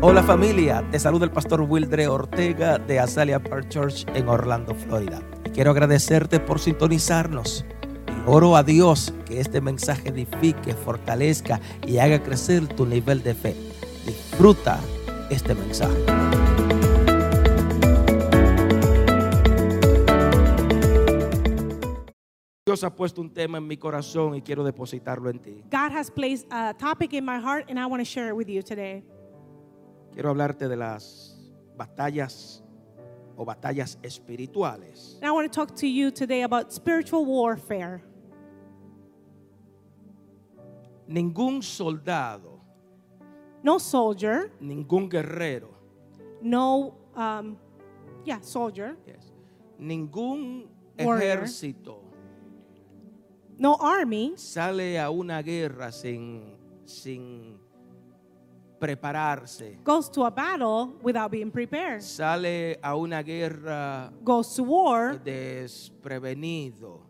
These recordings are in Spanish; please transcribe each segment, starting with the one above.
Hola familia, te saluda el pastor Wildre Ortega de Azalea Park Church en Orlando, Florida. Y quiero agradecerte por sintonizarnos. Y oro a Dios que este mensaje edifique, fortalezca y haga crecer tu nivel de fe. Disfruta este mensaje. Dios ha puesto un tema en mi corazón y quiero depositarlo en ti. God has placed a topic in my heart and I want to share it with you today. Quiero hablarte de las batallas o batallas espirituales. And I want to talk to you today about spiritual warfare. Ningún soldado, No soldier, ningún guerrero, no, um, yeah, soldier, yes, ningún Warrior. ejército no army sale a una guerra sin, sin prepararse. goes to a battle without being prepared, Sale a una guerra goes to war desprevenido,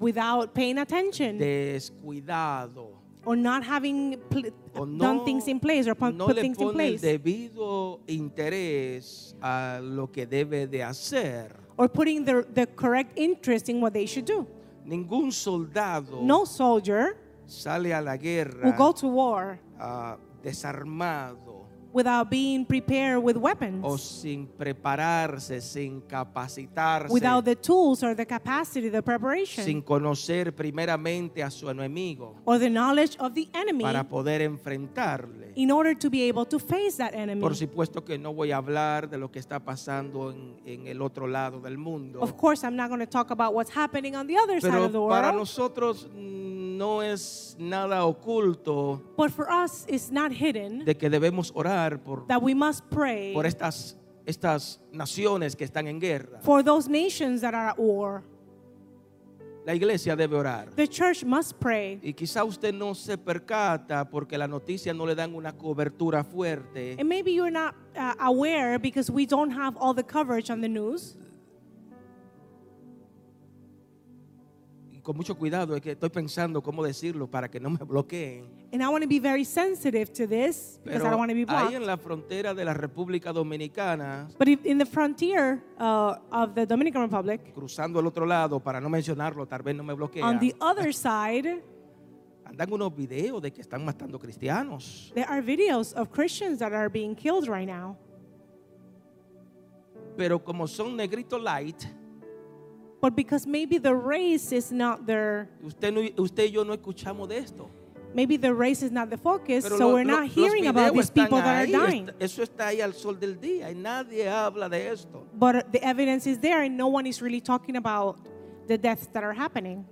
without paying attention descuidado. or not having pl- o no, done things in place or put, no put le things in pone el place debido interés a lo que debe de hacer. or putting the, the correct interest in what they should do. Ningún soldado No soldier sale a la will guerra go to war ah, desarmado without being prepared with weapons. o sin prepararse, sin capacitarse, without the tools or the capacity, the preparation, sin conocer primeramente a su enemigo or the knowledge of the enemy para poder enfrentarle. in order to be able to face that enemy. Por supuesto que no voy a hablar de lo que está pasando en, en el otro lado del mundo. Of course, I'm not going to talk about what's happening on the other side of the Pero para world, nosotros mm, no es nada oculto but for us, it's not hidden de que debemos orar por, that we must pray por estas, estas naciones que están en guerra. for those nations that are at war. La iglesia debe orar. The church must pray. Y quizá usted no se percata porque la noticia no le dan una cobertura fuerte. And maybe you're not uh, aware because we don't have all the coverage on the news. Y con mucho cuidado, es que estoy pensando cómo decirlo para que no me bloqueen. And I want to be very sensitive to this because I Pero don't want to be blocked. ahí en la frontera de la República Dominicana, But if in the frontier uh, of the Dominican Republic, cruzando al otro lado, para no mencionarlo, tal vez no me on bloqueen. the other side, Andan unos videos de que están matando cristianos. there are videos of Christians that are being killed right now. Pero como son negrito light, But because maybe the race is not their, usted, no- usted y yo no escuchamos de esto. maybe the race is not the focus, Pero so lo- we're lo- not los hearing about videos these people están that ahí, are dying. est- Eso está ahí al sol del día y nadie habla de esto. But the evidence is there, and no one is really talking about the deaths that are happening.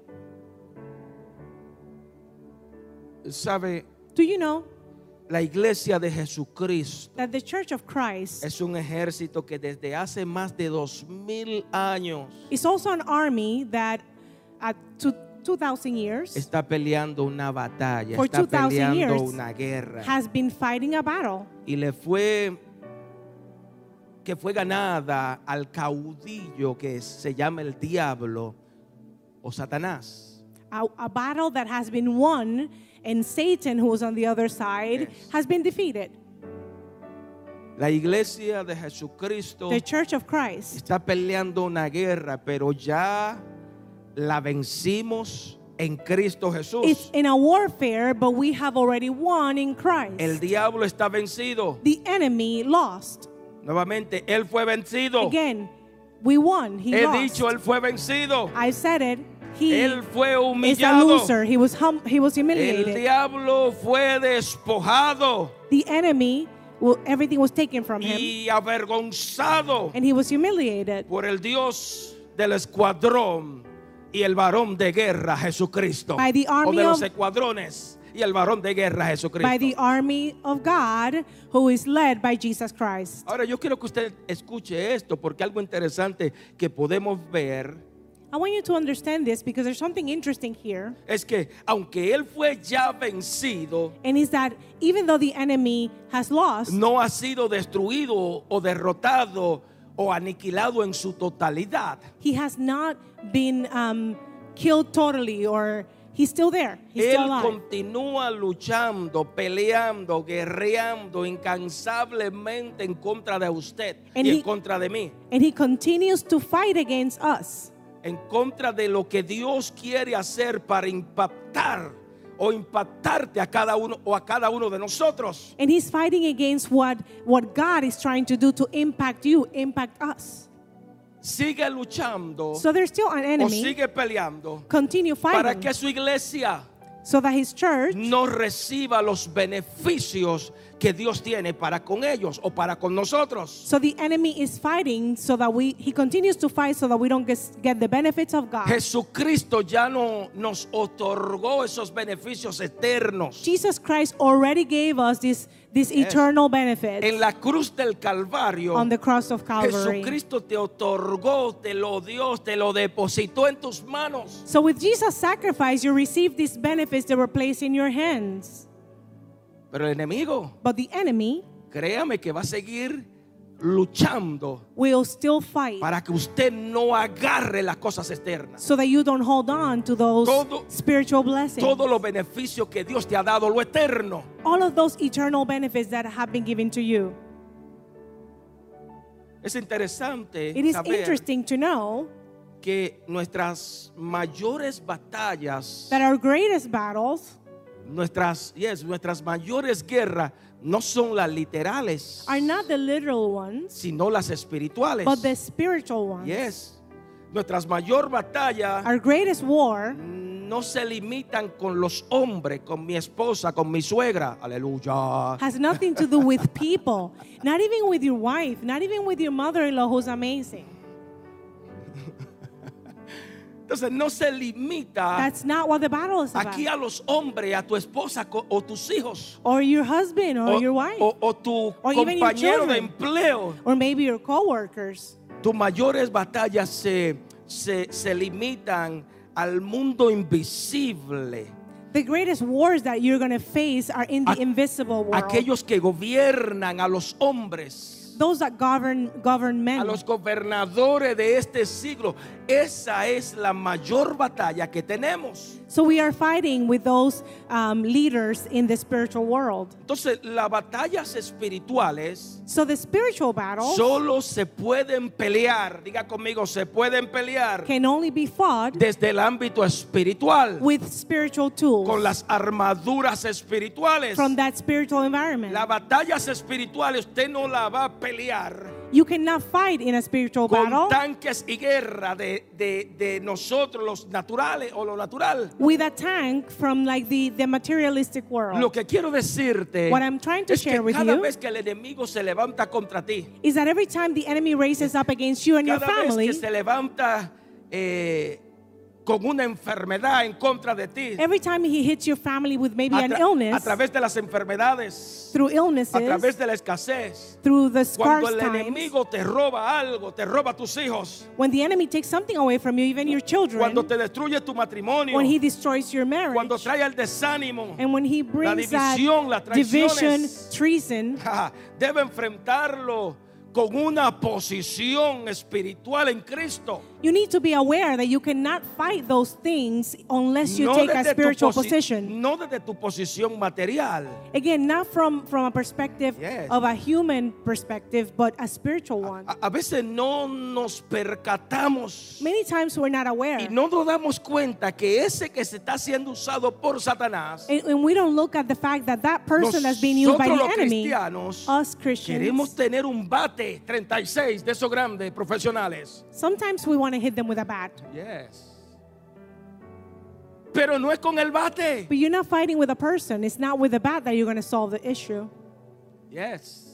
Sabe, Do you know la iglesia de Jesucristo that the Church of Christ es un ejército que desde hace más de dos mil años is also an army that at two- 2,000 years está peleando una batalla, For está 2000 peleando years una guerra has been fighting a battle. y le fue que fue ganada al caudillo que se llama el diablo o Satanás. a, a battle that has been won, and Satan, who was on the other side, Yes. has been defeated. La iglesia de Jesucristo The Church of Christ está peleando una guerra, pero ya la vencimos en Cristo is Jesús. in a warfare, but we have already won in Christ. El diablo está vencido. the enemy lost. Nuevamente, él fue vencido. Again, we won. He He lost. dicho, él fue vencido. I said it. He Él fue is a humillado. loser. He was hum- he was El humiliated. diablo fue despojado the enemy, well, everything was taken from him, y avergonzado and he was humiliated por el Dios del escuadrón y el varón de guerra Jesucristo. By the o army de los of- escuadrones y el varón de guerra Jesucristo. by the army of God, who is led by Jesus Christ. Ahora yo quiero que usted escuche esto porque algo interesante que podemos ver I want you to understand this because there's something interesting here, es que aunque él fue ya vencido, and is that even though the enemy has lost, no ha sido destruido o derrotado o aniquilado en su totalidad. he has not been um, killed totally or He's still there. He's Él still alive. continúa luchando, peleando, guerreando incansablemente en contra de usted And y en he- contra de mí, And he continues to fight against us. en contra de lo que Dios quiere hacer para impactar o impactarte a cada uno o a cada uno de nosotros. And he's fighting against what, what God is trying to do to impact you, impact us. Sigue luchando So there's still an o enemy. sigue peleando Continue para fighting que su iglesia so that his church no reciba los beneficios que Dios tiene para con ellos o para con nosotros. So the enemy is fighting so that we he continues to fight so that we don't get, get the benefits of God. Jesucristo ya no nos otorgó esos beneficios eternos. Jesus Christ already gave us this this eternal benefit En la cruz del Calvario, on the cross of Calvary. Jesucristo te otorgó, te lo dio, te lo depositó en tus manos. So with Jesus' sacrifice, you receive these benefits that were placed in your hands. Pero el enemigo, But the enemy créame que va a seguir luchando will still fight para que usted no agarre las cosas externas. so that you don't hold on to those Todo- spiritual blessings. Todos los beneficios que Dios te ha dado, lo eterno. all of those eternal benefits that have been given to you. Es interesante It is saber interesting to know que nuestras mayores batallas that our greatest battles Nuestras, yes, nuestras mayores guerras no son las literales, are not the literal ones, sino las espirituales. but the spiritual ones. Yes. Nuestras mayor batallas Our greatest war no se limitan con los hombres, con mi esposa, con mi suegra. Aleluya. has nothing to do with people, not even with your wife, not even with your mother in law who's amazing. Entonces no se limita That's not what the battle is about. Ah. aquí a los hombres, a tu esposa co- o tus hijos. Or your husband or O, your wife, o- o tu Or even your compañero de children. empleo. or maybe your co workers. Tus mayores batallas se, se, se limitan al mundo invisible. The greatest wars that you're going to face are in the Aqu- invisible world. Aquellos que gobiernan a los hombres, Those that govern, govern a men. los gobernadores de este siglo. Esa es la mayor batalla que tenemos. So we are fighting with those um, leaders in the spiritual world. Entonces, las batallas espirituales So the spiritual battles solo se pueden pelear, diga conmigo, se pueden pelear can only be fought desde el ámbito espiritual, with spiritual tools con las armaduras espirituales. from that spiritual environment. Las batallas espirituales usted no la va a pelear You cannot fight in a spiritual con battle tanques y guerra de, de- de nosotros los naturales o lo natural. with a tank from like the, the materialistic world. Lo que quiero decirte What I'm trying to es que share with cada you- vez que el enemigo se levanta contra ti, is that every time the enemy raises up against you and your cada family, vez que se levanta eh, con una enfermedad en contra de ti, every time he hits your family with maybe a, an tra- a illness, través de las enfermedades, through a través illnesses, de la escasez, through the cuando scarce el times, enemigo te roba algo, te roba a tus hijos, when the enemy takes something away from you, even your children, cuando te destruye tu matrimonio, when he destroys your marriage, cuando trae el desánimo, and when he brings división, las that division, traiciones. treason, ja, debe enfrentarlo con una posición espiritual en Cristo. you need to be aware that you cannot fight those things unless you take a desde tu spiritual posi- position. no desde tu posición material. Again, not from, from a perspective Yes. of a human perspective, but a spiritual one. A, a veces no nos percatamos Many times we're not aware. y no nos damos cuenta que ese que se está siendo usado por Satanás, And, and we don't look at the fact that that person that's being used by Nosotros los the enemy, cristianos us Christians, queremos tener un bate 36 de esos grandes profesionales. sometimes we want to hit them with a bat. Yes. Pero no es con el bate. But you're not fighting with a person. It's not with a bat that you're going to solve the issue. Yes.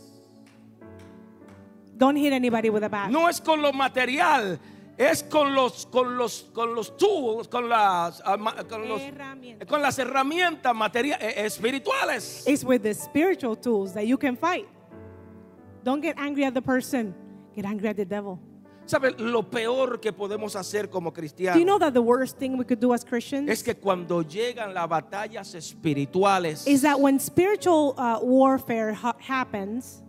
Don't hit anybody with a bat. No es con lo material, es con los con los con los tools, con las ah, ma- con, los- Herramientas. con las herramientas materia- eh, eh, espirituales. It's with the spiritual tools that you can fight. Don't get angry at the person. Get angry at the devil. ¿Sabe lo peor que podemos hacer como cristianos? Do you know that the worst thing we could do as Christians es que cuando llegan las batallas espirituales, is that when spiritual uh, warfare ha- happens,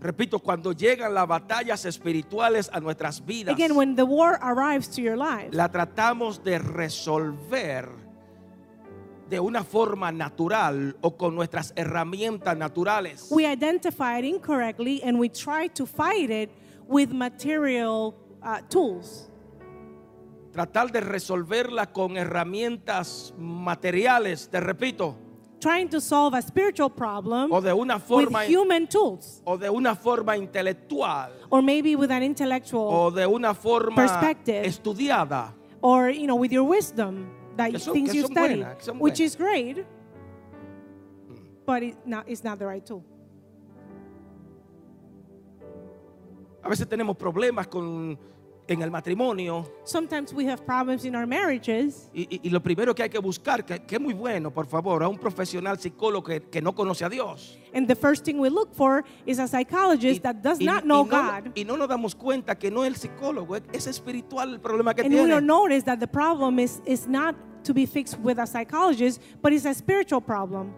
repito, cuando llegan las batallas espirituales a nuestras vidas, again, when the war arrives to your life, la tratamos de resolver de una forma natural o con nuestras herramientas naturales. We identify it incorrectly and we try to fight it with material uh, tools. Tratar de resolverla con herramientas materiales, te repito, Trying to solve a spiritual problem o de una with forma human tools o de una forma intelectual or maybe with an intellectual o de una forma Oh. Perspective. estudiada. or you know with your wisdom that Que son- things que you son study buenas, que Hmm. son which buenas. is great but it's not, it's not the right tool. A veces tenemos problemas con en el matrimonio Sometimes we have problems in our marriages y, y- y lo primero que hay que buscar, que, que es muy bueno, por favor, a un profesional psicólogo que, que no conoce a Dios. And the first thing we look for is a Y, psychologist that does y- not y know no- God. y no nos damos cuenta que no es el psicólogo, es, es espiritual el problema que And we tiene. don't notice that the problem is, is not to be fixed with a psychologist, but it's a spiritual problem.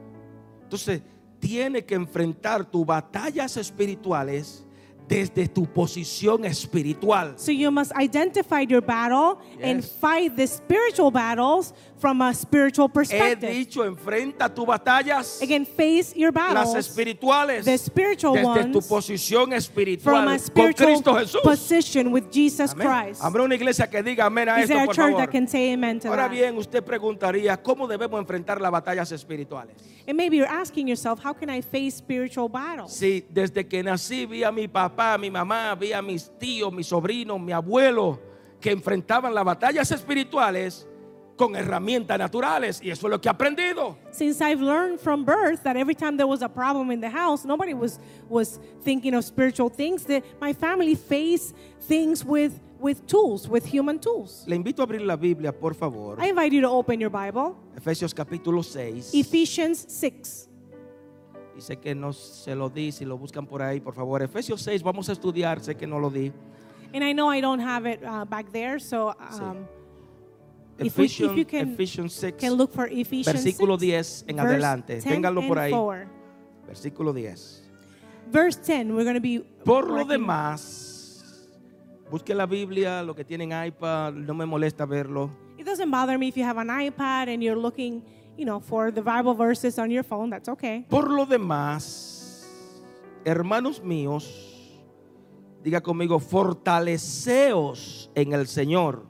Entonces, tiene que enfrentar tus batallas espirituales desde tu posición espiritual. So you must identify your battle and Yes. fight the spiritual battles from a spiritual He perspective. dicho, enfrenta tus batallas, Again, face your las battles espirituales, the spiritual desde tu ones, posición from espiritual a con spiritual Cristo Jesús. position with Jesus Amén. Christ. Habrá una iglesia que diga amén a Is esto, there a por church favor. that can say amen to Ahora that? bien, usted preguntaría, ¿cómo debemos enfrentar las batallas espirituales? And maybe you're asking yourself, how can I face spiritual battles? Si desde que nací vi a mi papá, a mi mamá, vi a mis tíos, mis sobrinos, mi abuelo, que enfrentaban las batallas espirituales con herramientas naturales. Y eso es lo que he aprendido. Since I've learned from birth that every time there was a problem in the house, nobody was was thinking of spiritual things. That my family faced things with with tools, with human tools. Le invito a abrir la Biblia, por favor. I invite you to open your Bible, Efesios capítulo 6. Ephesians six. Y sé que no se lo di, si lo buscan por ahí, por favor. Efesios 6, vamos a estudiar, sé que no lo di. And I know I don't have it uh, back there, so um, If we- if Efesios, you can- Efesios 6, can look for Ephesians versículo 10 6, en verse adelante. 10 Ténganlo por and ahí. 4. Versículo 10. Verse 10, we're going to be Por lo working- demás, busque la Biblia, lo que tienen iPad, no me molesta verlo. It doesn't bother me if you have an iPad and you're looking, you know, for the Bible verses on your phone. That's okay. Por lo demás, hermanos míos, diga conmigo, fortaleceos en el Señor.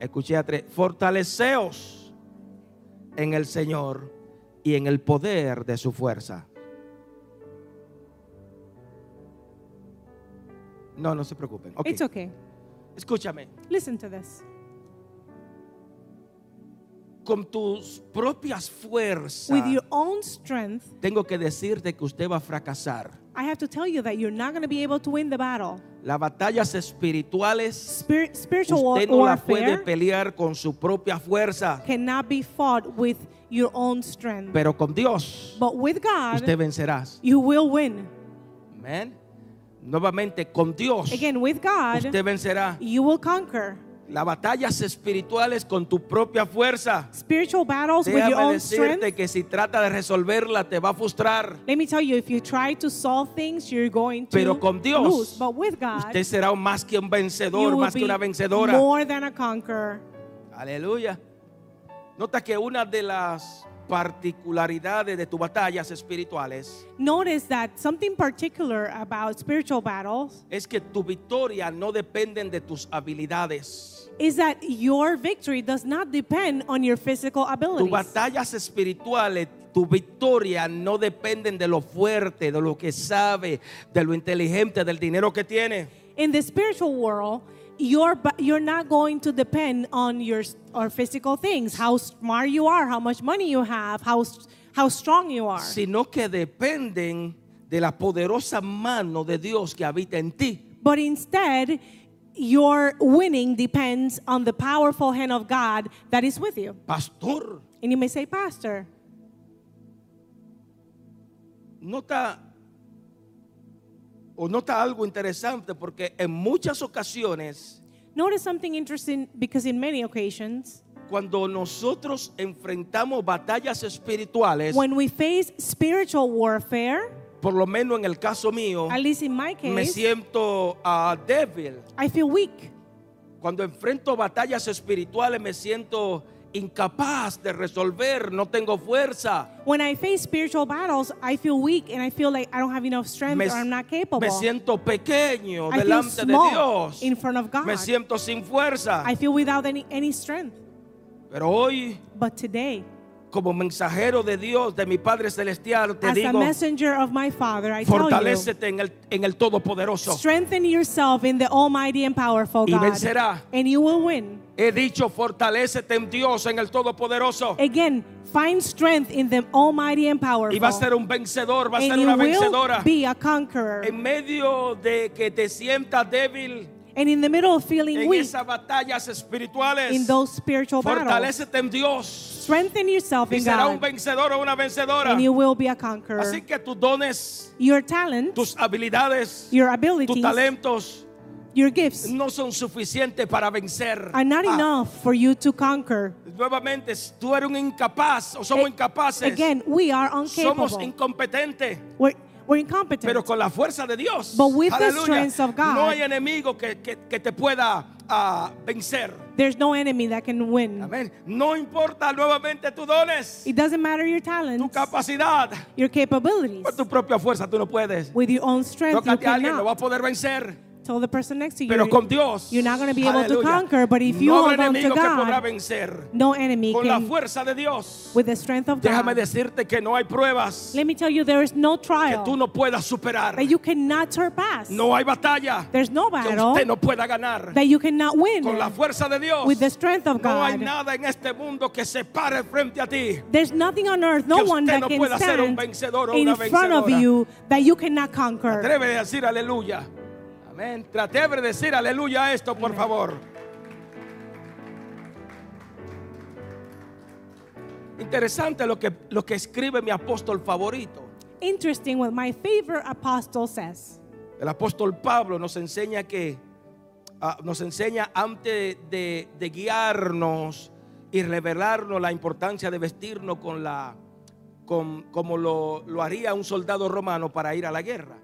Escuché a tres, fortaleceos en el Señor y en el poder de su fuerza. No, no se preocupen. Ok. It's okay. Escúchame. Listen to this. con tus propias fuerzas, With your own strength, tengo que decirte que usted va a fracasar. I have to tell you that you're not going to be able to win the battle. Las batallas espirituales, Spirit, spiritual war- usted no las puede warfare pelear con su propia fuerza, cannot be fought with your own strength. pero con Dios but with God, usted vencerás. you will win. Amén. Nuevamente, con Dios Again, with God, usted vencerá. you will conquer. Las batallas espirituales con tu propia fuerza. Spiritual battles with your Déjame own decirte strength. que si trata de resolverla te va a frustrar, Let me tell you, if you try to solve things, you're going to pero con lose. Dios But with God, usted será un más que un you vencedor, will más que be una vencedora. more than a conqueror. Aleluya. Nota que una de las particularidades de tus batallas espirituales Notice that something particular about spiritual battles es que tu victoria no dependen de tus habilidades. is that your victory does not depend on your physical Tus abilities. batallas espirituales, tu victoria no dependen de lo fuerte, de lo que sabe, de lo inteligente, del dinero que tiene. In the spiritual world, you're ba- you're not going to depend on your s- or physical things, how smart you are, how much money you have, how s- how strong you are. Sino que dependen de la poderosa mano de Dios que habita en ti. But instead, your winning depends on the powerful hand of God that is with you. Pastor, And you may say, Pastor, nota o nota algo interesante porque en muchas ocasiones notice something interesting because in many occasions, cuando nosotros enfrentamos batallas espirituales, when we face spiritual warfare, por lo menos en el caso mío, at least in my Oh. me case, siento ah, débil. I feel weak. Cuando enfrento batallas espirituales me siento incapaz de resolver, no tengo fuerza, When I face spiritual battles, I feel weak and I feel like I don't have enough strength me, or I'm not capable. me siento pequeño I feel delante de small Dios, in front of God. me siento sin fuerza. I feel without any, any strength. Pero hoy, But today, como mensajero de Dios, de mi Padre Celestial, te as a digo, messenger of my Father, I tell you, fortalécete en el, en el Todopoderoso. strengthen yourself in the almighty and powerful Y God. vencerá. And you will win. He dicho, fortalécete en Dios, en el Todopoderoso. Again, find strength in the almighty and powerful. Y va a ser un vencedor, va a ser and you una will vencedora. be a conqueror. En medio de que te sientas débil And in the middle of feeling en weak esas batallas espirituales, in those spiritual battles, fortalécete en Dios. strengthen yourself Y in será un God. vencedor o una vencedora. and you will be a conqueror. Así que tus dones, Your talent, tus habilidades, your tus abilities, talentos your gifts no son suficientes para vencer. are not Ah, enough for you to conquer. Nuevamente, tú eres un incapaz o somos A- incapaces. Again, we are somos incapable. incompetentes. We're, we're incompetent. Pero con la fuerza de Dios, But with the aleluya, strength of God, no hay enemigo que, que- que te pueda ah, vencer. There's no enemy that can win. Amén. No importa nuevamente tus dones, It doesn't matter your tu talents, capacidad, your capabilities. con tu propia fuerza tú no puedes. With your own strength, you Tócate a alguien, no va a cannot. poder vencer. Tell the person next to you, Pero con Dios, you're not going to be able to aleluya, conquer. But if you no hold habrá on to enemigo que podrá God, vencer. no enemy Con la can. fuerza de Dios, With the strength of déjame God, decirte que no hay pruebas let me tell you, there is no que tú trial no puedas superar. that you cannot surpass. No hay batalla There's no que battle usted no pueda ganar. that you cannot win. Con la fuerza de Dios. With the strength of No hay God. nada en este mundo que se pare frente a ti. There's nothing on earth, no Que one usted that no can pueda ser un stand vencedor o in una front of vencedora. you that you cannot conquer. Atreve a decir aleluya. Amén. Atreve a decir aleluya a esto, por favor. Interesante lo que, lo que escribe mi apóstol favorito. Interesting what my favorite apostle says. El apóstol Pablo nos enseña que ah, nos enseña antes de, de guiarnos y revelarnos la importancia de vestirnos con la con- como lo, lo haría un soldado romano para ir a la guerra.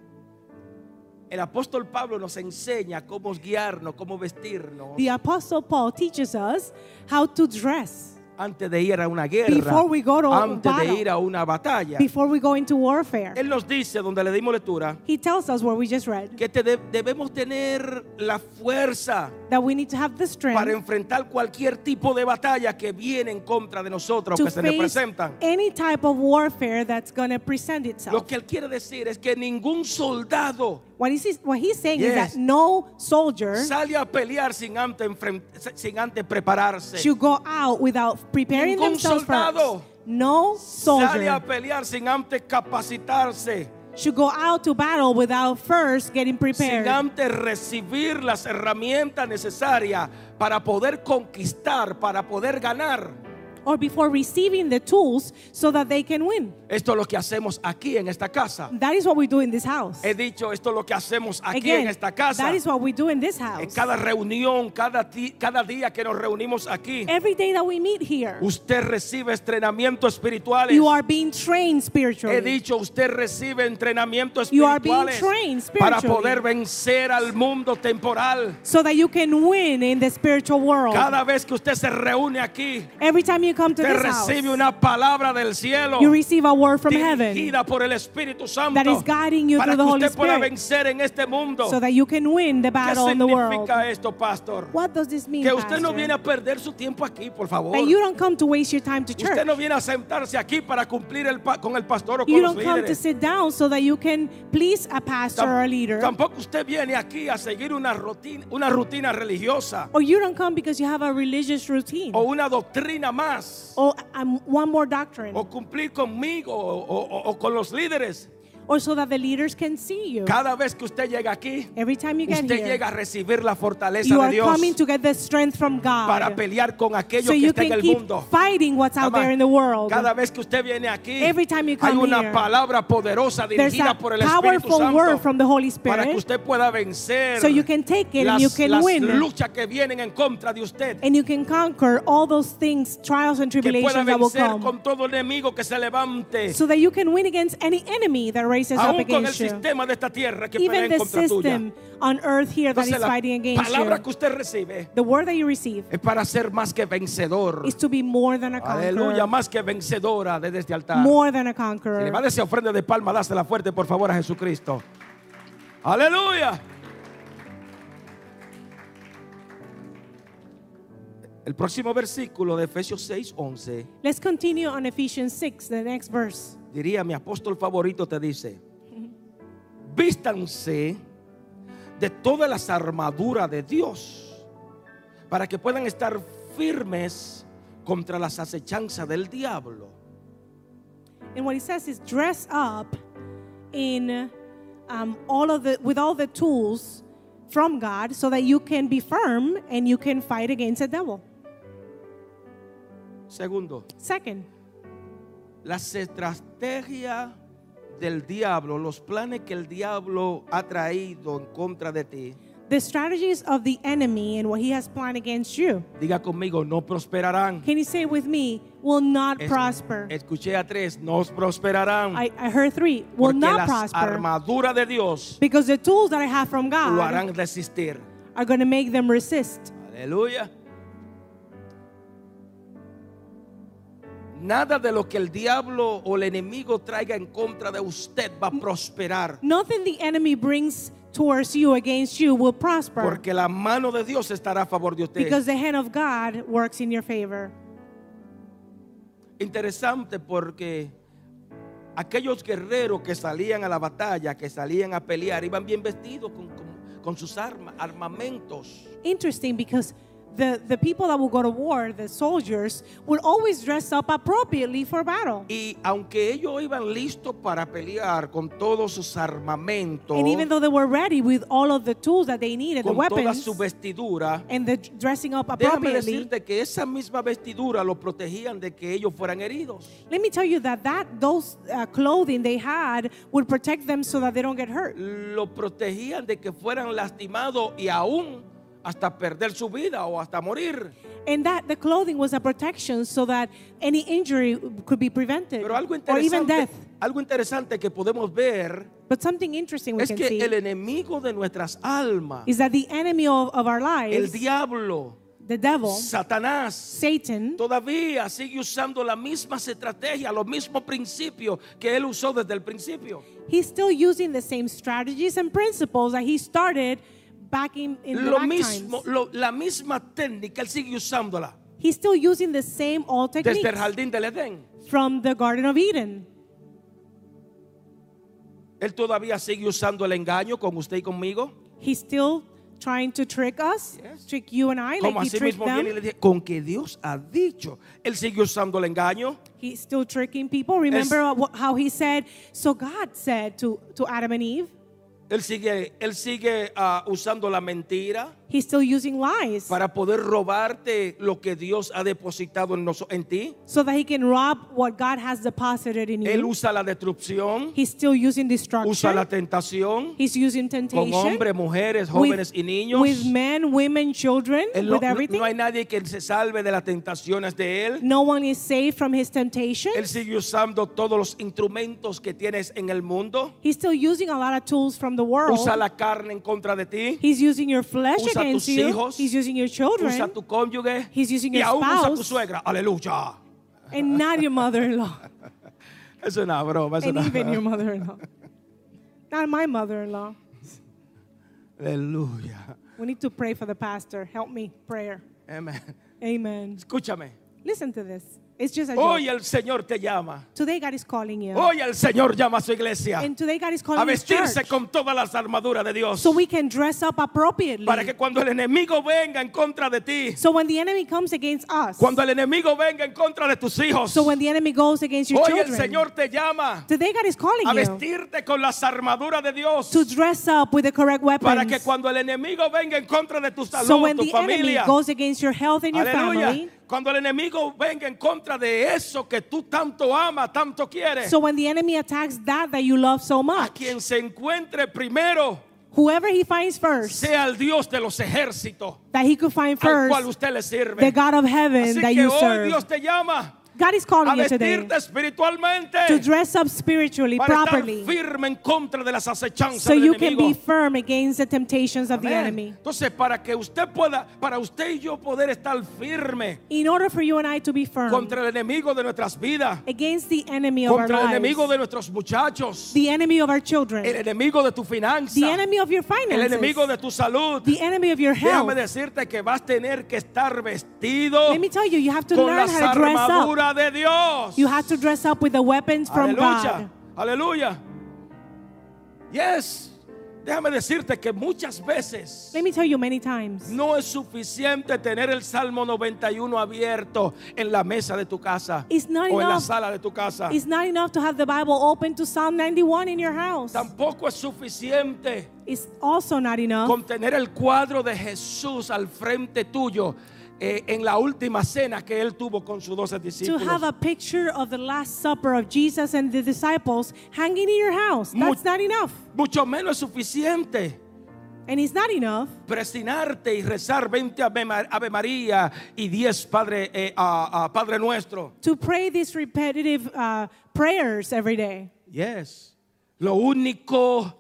El apóstol Pablo nos enseña cómo guiarnos, cómo vestirnos The apostle Paul teaches us how to dress antes de ir a una guerra, Before we go to a antes de battle. ir a una batalla. before we go into warfare. Él nos dice, donde le dimos lectura, He tells us what we just read que te de- debemos tener la fuerza that we need to have the para strength enfrentar cualquier tipo de batalla que viene en contra de nosotros o to que se nos face presentan. any type of warfare that's going to present Lo itself. que él quiere decir es que ningún soldado What, is he, what he's saying Yes. is that no soldier sale a pelear sin antes, enfren- sin antes prepararse. should go out without preparing Ningún themselves soldado first. No Sale soldier a pelear sin antes capacitarse, should go out to battle without first getting prepared. sin antes recibir las herramientas necesarias para poder conquistar, para poder ganar. or before receiving the tools so that they can win. Esto es lo que hacemos aquí en esta casa. That is what we do in this house. He dicho, esto es lo que hacemos aquí Again, en esta casa. that is what we do in this En house. cada reunión, cada, ti- cada día que nos reunimos aquí, Every day that we meet here, usted recibe entrenamientos espirituales. you are being trained He spiritually. dicho, usted recibe entrenamientos You are being espirituales trained para spiritually. poder vencer al mundo temporal. So that you can win in the spiritual world. Cada vez que usted se reúne aquí, Every time you come to usted this house, recibe una palabra del cielo you receive a word from heaven dirigida por el Espíritu Santo that is guiding you para que through the Holy usted pueda Spirit. vencer en este mundo. so that you can win the ¿Qué battle in the world. significa esto, pastor? What does this mean, Que usted no Pastor? viene a perder su tiempo aquí, por favor. That you don't come to waste your time to church. Usted no viene a sentarse aquí para cumplir el pa- con el pastor o con You los don't come to líderes. sit down so that you can please a pastor or a Tam- leader. Tampoco usted viene aquí a seguir una rutina, una rutina religiosa Or you don't come because you have a religious routine. o una doctrina más Or um, one more doctrine. o cumplir conmigo o, o- o con los líderes. Or so that the leaders can see you. Cada vez que usted llega aquí, Every time you get usted here, llega a recibir la fortaleza you de are Dios coming to get the strength from para God. pelear con aquellos So que you están en can el keep mundo. fighting what's out Amén. there in the world. Cada vez que usted viene aquí, Every time you hay come una here, palabra poderosa There's dirigida a por el Espíritu powerful word Santo from the Holy para que Spirit. usted pueda vencer So you can take it las, and you can las win. luchas que vienen en contra de usted. And you can conquer all those things, trials and Que pueda tribulations that will vencer come. con todo enemigo que se levante. So that you can win against any enemy that raises up Aún con el against you. sistema de esta tierra que pelea Even en the contra tuya. system on earth here that is Entonces la fighting against palabra you. que usted recibe The word that you receive es para ser más que vencedor. is to be more than a Aleluya, conqueror. más que vencedora desde este altar. More than a Si le va a conqueror. dar esa ofrenda de palma, dásela fuerte, por favor, a Jesucristo. Aleluya. El próximo versículo de Efesios 6, 11, Let's continue on Ephesians 6, the next verse. diría mi apóstol favorito, te dice, vístanse de todas las armaduras de Dios para que puedan estar firmes contra las acechanzas del diablo. And what he says is dress up in um, all of the with all the tools from God so that you can be firm and you can fight against the devil. Segundo, Second, las estrategias del diablo, los planes que el diablo ha traído en contra de ti. the strategies of the enemy and what he has planned against you. Diga conmigo, no prosperarán. Can you say with me, will not Es- prosper? Escuché a tres, no prosperarán. I, I heard three, will porque not las prosper. armaduras de Dios Because the tools that I have from lo God harán resistir. are going to make them resist. Aleluya. Nada de lo que el diablo o el enemigo traiga en contra de usted va a prosperar. Nothing the enemy brings towards you against you will prosper. Porque la mano de Dios estará a favor de usted. Because the hand of God works in your favor. Interesante porque aquellos guerreros que salían a la batalla, que salían a pelear, iban bien vestidos con, con- con sus armas, armamentos. Interesting because the, the people that will go to war, the soldiers, will always dress up appropriately for battle. Y aunque ellos iban listos para pelear con todos sus armamentos, And even though they were ready with all of the tools that they needed, the con toda weapons, su vestidura, and the dressing up déjame appropriately, decirte que esa misma vestidura los protegían de que ellos fueran heridos. let me tell you that, that those uh, clothing they had would protect them so that they don't get hurt. Los protegían de que fueran lastimados y aún hasta perder su vida o hasta morir. And that the clothing was a protection so that any injury could be prevented Pero algo or even interesante, death. algo interesante que podemos ver But something interesting we es can que see el e- enemigo de nuestras almas, is that the enemy of, of our el lives, diablo, the devil, Satanás, Satan, todavía sigue usando la misma estrategia, los mismos principios que él usó desde el principio. he's still using the same strategies and principles that he started back in, in the Lo back mismo, times. lo- la misma técnica, él sigue usándola He's still using the same old desde el techniques jardín del Edén. from the Garden of Eden. Él todavía sigue usando el engaño con usted y conmigo. He's still trying to trick us, Yes. trick you and I, Como like he así tricked mismo viene y le them. dice, con que Dios ha dicho, él sigue usando el engaño. He's still tricking people. Remember what- how he said, so God said to, to Adam and Eve, Él sigue, él sigue ah, usando la mentira he's still using lies para poder robarte lo que Dios ha depositado en, noso- en ti. so that he can rob what God has deposited in Él you. usa la destrucción, He's still using usa la destruction. tentación He's using con temptation. hombres, mujeres, jóvenes with, y niños. with men, women, children, Él no, with everything. no hay nadie que se salve de las tentaciones de él. No one is saved from his temptation. Él sigue usando todos los instrumentos que tienes en el mundo. He's still using a lot of tools from the world. Usa la carne en contra de ti. He's using your flesh Usa against tus you. hijos. He's using your children Usa tu cónyuge He's using y your aún usa tu spouse. suegra. Aleluya. and not your mother-in-law Es una broma. Es and una even your mother-in-law. Not my mother-in-law. Aleluya. We need to pray for the pastor. Help me, prayer. Amén. Amen. Escúchame. Listen to this. It's just a joke. Hoy el Señor te llama. Today God is calling you. Hoy el Señor llama a su iglesia and today God is Oh, a calling His vestirse church. con todas las armaduras de Dios. so we can dress up appropriately. Para que cuando el enemigo venga en contra de ti, so when the enemy comes against us, cuando el enemigo venga en contra de tus hijos, So when the enemy goes against your hoy el children, Señor te llama today God is calling a you vestirte con las armaduras de Dios. to dress up with the correct weapons. Para que cuando el enemigo venga en contra de tu salud, so when tu the familia, enemy goes against your health and your aleluya, family, cuando el enemigo venga en contra de eso que tú tanto amas, tanto quieres, so when the enemy attacks that that you love so a much, quien se encuentre primero whoever he finds first, sea el Dios de los ejércitos. that he could find al cual first, usted le sirve. the God of heaven Así that que you hoy serve. Dios te llama God is calling a you today vestirte espiritualmente to dress up spiritually, para properly, estar firme en contra de las acechanzas so del you can enemigo. be firm against the temptations of the Amén. enemy. Entonces, para que usted pueda, para usted y yo poder estar firme In order for you and I to be firm contra el enemigo de nuestras vidas, against the enemy of our contra el enemigo lives, de nuestros muchachos, the enemy of our el children, enemigo de tu finanza, the enemy of your el enemigo finances, de tu salud. the enemy of your Déjame health. decirte que vas a tener que estar vestido Let me tell you, you have to con learn las how to dress up. armaduras de Dios. You have to dress up with the weapons from God. Aleluya. Aleluya. Yes. Déjame decirte que muchas veces Let me tell you many times. no es suficiente tener el Salmo 91 abierto en la mesa de tu casa It's not o en la enough. sala de tu casa. It's not enough to have the Bible open to Psalm 91 in your house. Tampoco es suficiente It's also not enough con tener el cuadro de Jesús al frente tuyo eh, en la última cena que él tuvo con sus doce to discípulos. have a picture of the Last Supper of Jesus and the disciples hanging in your house. Mu- That's not enough. Mucho menos es suficiente And it's not enough presinarte y rezar 20 Ave, Ma- Ave María y 10 Padre, eh, a- a Padre Nuestro. to pray these repetitive uh, prayers every day. Yes. Lo único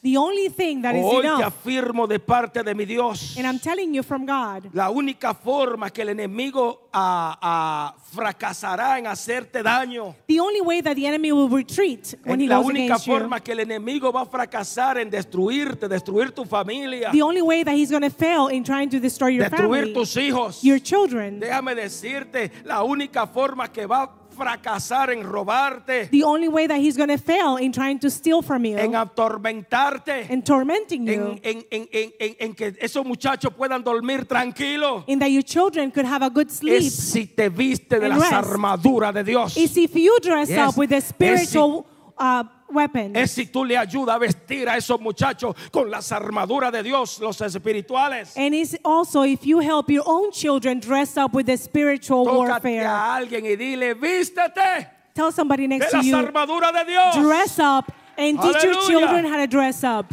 The only thing that is hoy te enough, afirmo de parte de mi Dios. and I'm telling you from God, La única forma que el enemigo ah, ah, fracasará en hacerte daño. the only way that the enemy will retreat when he la goes única against you, forma que el enemigo va a fracasar en destruirte, destruir tu familia, the only way that he's going to fail in trying to destroy your destruir family, tus hijos. your children, Déjame decirte, la única forma que va a fracasar en robarte, the only way that he's going to fail in trying to steal from you en atormentarte, and tormenting you, en, en- en- en- en- en que esos muchachos puedan dormir tranquilos, in that your children could have a good sleep, es si te viste de and las rest. armaduras de Dios. is if you dress Yes. up with a Es si- spiritual uh, weapon. Es si tú le ayudas a vestir a esos muchachos con las armaduras de Dios, los espirituales. and it's also if you help your own children dress up with the spiritual Tócate warfare. a alguien y dile, vístete Tell somebody de next to las you, armaduras de Dios. dress up and teach your Aleluya. children how to dress up.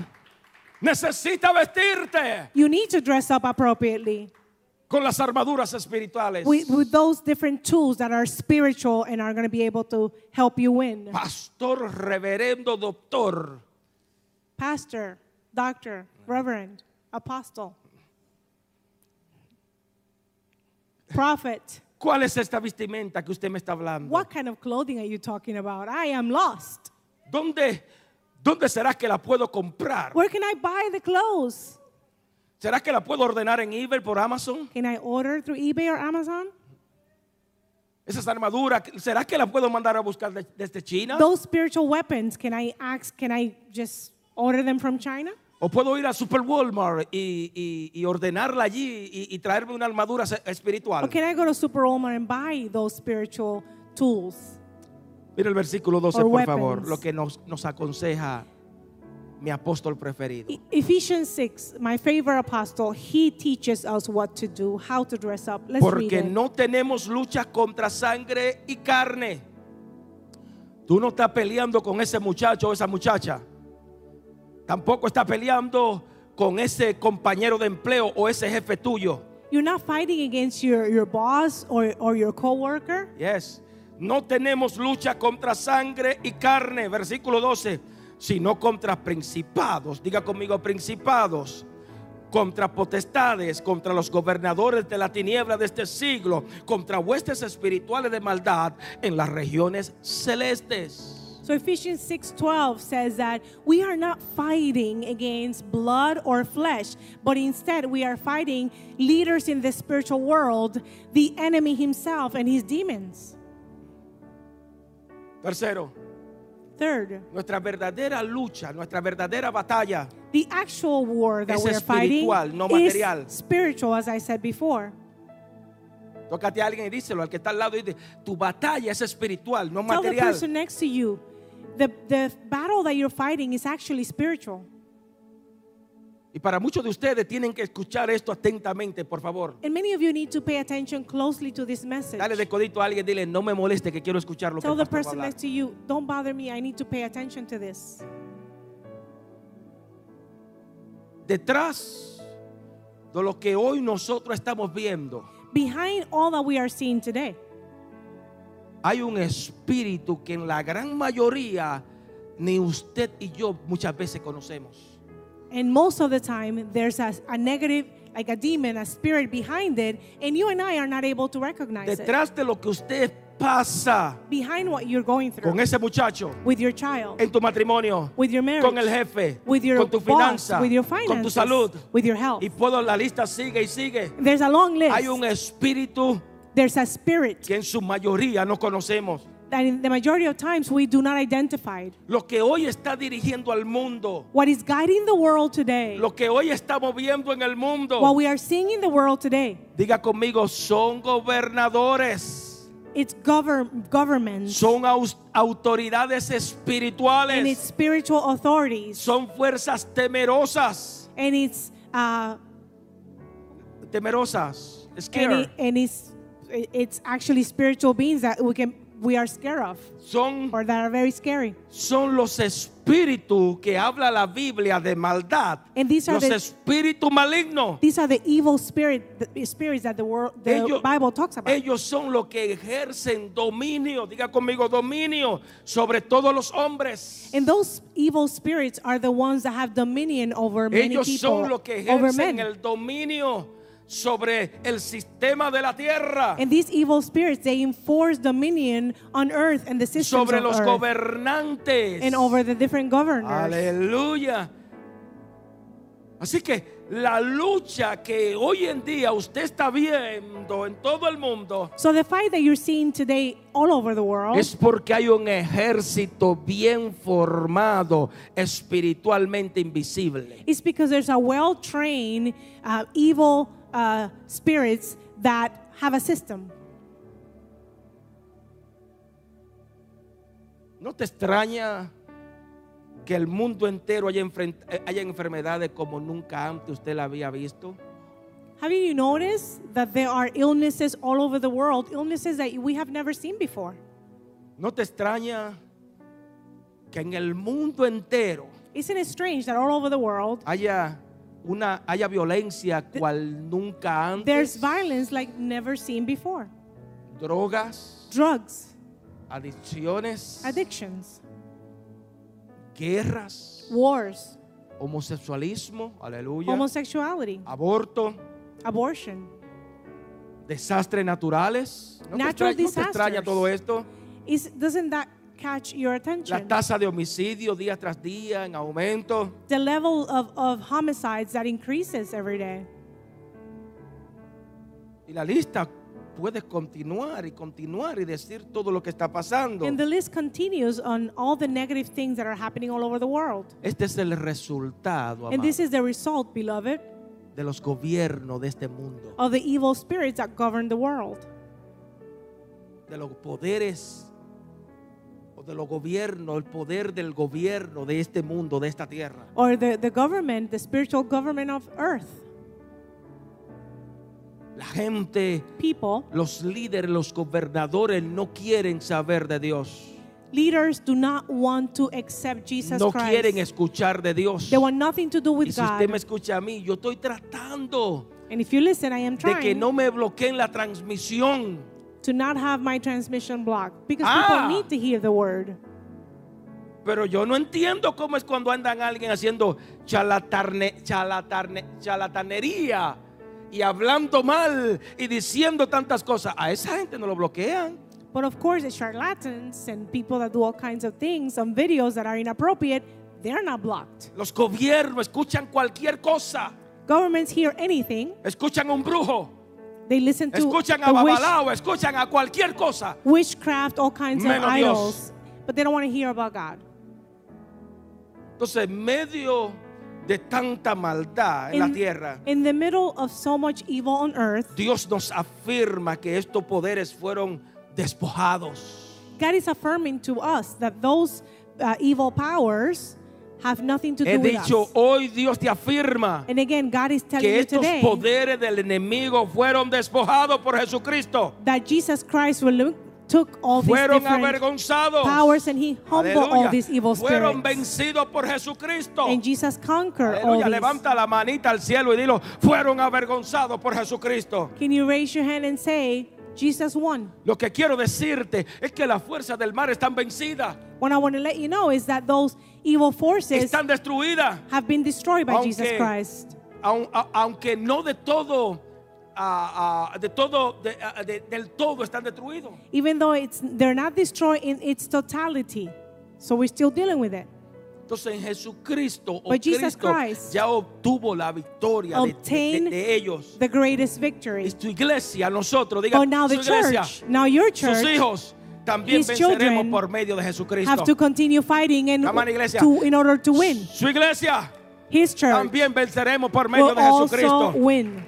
Necesita vestirte You need to dress up appropriately con las armaduras espirituales. with, with those different tools that are spiritual and are going to be able to help you win. Pastor, reverendo, doctor. Pastor, doctor, reverend, apostle, prophet. ¿Cuál es esta vestimenta que usted me está hablando? What kind of clothing are you talking about? I am lost. ¿Dónde, ¿Dónde será que la puedo comprar? Where can I buy the clothes? ¿Será que la puedo ordenar en eBay por Amazon? Can I order through eBay or Amazon? Esas armaduras, ¿será que la puedo mandar a buscar de- desde China? those spiritual weapons can i ask can i just order them from china ¿O puedo ir a Super Walmart y, y- y ordenarla allí y, y traerme una armadura se- espiritual? or can i go to super walmart and buy those spiritual tools Mira el versículo 12, Or por weapons. favor, lo que nos, nos aconseja mi apóstol preferido. E- ephesians 6 my favorite apostle he teaches us what to do how to dress up let's read Porque it no tenemos lucha contra sangre y carne. Tú no estás peleando con ese muchacho o esa muchacha. Tampoco estás peleando con ese compañero de empleo o ese jefe tuyo. you're not fighting against your, your boss or, or your coworker Yes. No tenemos lucha contra sangre y carne, versículo 12, sino contra principados. Diga conmigo principados, contra potestades, contra los gobernadores de la tiniebla de este siglo, contra huestes espirituales de maldad en las regiones celestes. so ephesians 6.12 says that we are not fighting against blood or flesh but instead we are fighting leaders in the spiritual world the enemy himself and his demons Tercero, Third, nuestra verdadera lucha, nuestra verdadera batalla the actual war that Es we're fighting espiritual, no is material. spiritual, as I said before. Tócate a alguien y díselo al que está al lado y dice, tu batalla es espiritual, no Tell the material. person next to you, the, the battle that you're fighting is actually spiritual. Y para muchos de ustedes tienen que escuchar esto atentamente, por favor. And many of you need to pay attention closely to this message. Dale de codito a alguien, dile, no me moleste que quiero escuchar lo que Tell el pastor va the a person hablar". next to you, don't bother me, I need to pay attention to this. Detrás de lo que hoy nosotros estamos viendo, Behind all that we are seeing today, hay un espíritu que en la gran mayoría ni usted y yo muchas veces conocemos. And most of the time, there's a, a negative, like a demon, a spirit behind it, and you and I are not able to recognize it. Detrás de lo que usted pasa Behind what you're going through con ese muchacho, with your child, en tu matrimonio, with your marriage, con el jefe, with your con tu boss, finanza, with your con tu finances, salud, with your health. y puedo la lista sigue y sigue. There's a long list. Hay un espíritu there's a spirit que en su mayoría no conocemos. that in the majority of times we do not identify. it. Lo que hoy está dirigiendo al mundo, What is guiding the world today, lo que hoy está moviendo en el mundo. what we are seeing in the world today, Diga conmigo, son gobernadores, it's govern governments son aus- autoridades and it's espirituales, spiritual authorities son fuerzas temerosas, and it's uh, temerosas, and, scared. it, and it's it's actually spiritual beings that we can we are scared of Son, or that are very scary. son los espíritus que habla la Biblia de maldad, And these are los the- espíritus malignos. These are the evil spirit the spirits that the world the Ellos, Bible talks about. ellos son los que ejercen dominio, diga conmigo dominio, sobre todos los hombres. And those evil spirits are the ones that have dominion over many Ellos people, son los que over ejercen men. el dominio sobre el sistema de la tierra, And these evil spirits, they enforce dominion on earth and the systems sobre of los earth gobernantes. and over the different governors. Aleluya. Así que la lucha que hoy en día usted está viendo en todo el mundo So the fight that you're seeing today all over the world es porque hay un ejército bien formado espiritualmente invisible. is because there's a well-trained uh, evil uh, spirits that have a system. ¿No te extraña que el mundo entero haya, enfren- eh, haya enfermedades como nunca antes usted la había visto? Haven't you noticed that there are illnesses all over the world, illnesses that we have never seen before? ¿No te extraña que en el mundo entero Isn't it strange that all over the world haya una haya violencia cual nunca there's antes? violence like never seen before? Drogas, Drugs, adicciones, addictions, guerras, wars, homosexualismo, aleluya, homosexuality, aborto, abortion. desastres naturales. ¿No, te Natural extraña- no te extraña disasters. todo esto? Is, doesn't that catch your La attention? tasa de homicidio día tras día en aumento. The level of, of homicides that increases every day. Y la lista puede continuar y continuar y decir todo lo que está pasando. And the list continues on all the negative things that are happening all over the world. Este es el resultado And amado, this is the result, beloved, de los gobiernos de este mundo, of the evil spirits that govern the world, de los poderes o de los gobiernos, el poder del gobierno de este mundo, de esta tierra. or the, the government, the spiritual government of earth. La gente, People, los líderes, los gobernadores no quieren saber de Dios. leaders do not want to accept Jesus No Christ. quieren escuchar de Dios. They want nothing to do Y with si usted me God. escucha a mí, yo estoy tratando And if you listen, I am de que trying no me bloqueen la transmisión. to not have my transmission blocked because Ah. people need to hear the word. Pero yo no entiendo cómo es cuando andan alguien haciendo chalatarne, chalatarne, charlatanería y hablando mal y diciendo tantas cosas. A esa gente no lo bloquean. But of course, the charlatans and people that do all kinds of things on videos that are inappropriate, they're not blocked. Los gobiernos escuchan cualquier cosa. Governments hear anything, Escuchan a un brujo, they listen to escuchan a the wish- Babalao, escuchan a cualquier cosa. witchcraft, all kinds of Menos Dios. idols, but they don't want to hear about God. Entonces, en medio de tanta maldad en la tierra, in the middle of so much evil on earth, Dios nos afirma que estos poderes fueron despojados. God is affirming to us that those uh, evil powers have nothing to He do with dicho, us. hoy Dios te afirma And again, God is telling que you estos today poderes del enemigo fueron despojados por Jesucristo. that Jesus Christ relu- took all these Fueron different avergonzados. powers and he humbled all Aleluya. these evil Fueron spirits. vencidos por Jesucristo. And Jesus conquered all Aleluya. these. Levanta la manita al cielo y dilo, fueron avergonzados por Jesucristo. Can you raise your hand and say, Jesus won. Lo que quiero decirte es que las fuerzas del mar están vencidas, What I want to let you know is that those evil forces están destruidas. have been destroyed by Jesus Aunque- Christ. Aun- a- aunque no de todo, ah, ah, de todo, de- ah, de- del todo están destruidos. Even though it's they're not destroyed in its totality. So we're still dealing with it. Entonces en Jesucristo, o But Jesus Cristo Christ ya obtuvo la victoria de, de- Obtain de- de ellos. the greatest victory. Y tu iglesia, nosotros, diga, But now the su iglesia, church, now your sus church hijos, también his venceremos children por medio de have to Jesucristo. continue fighting and Come on, iglesia. to, in order to win. Su iglesia, His church también venceremos por medio will de also Jesucristo. win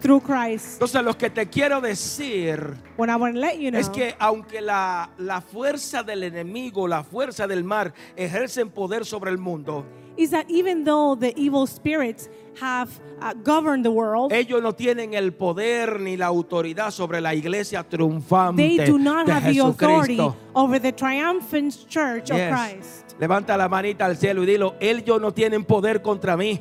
through Christ. Entonces lo que te quiero decir What I want to let you know es que aunque la, la fuerza del enemigo, la fuerza del mar ejercen poder sobre el mundo, is that even though the evil spirits have uh, governed the world, ellos no tienen el poder ni la autoridad sobre la iglesia triunfante they do not de have the authority Jesucristo. over the triumphant church of Yes. Christ. Levanta la manita al cielo y dilo, ellos no tienen poder contra mí.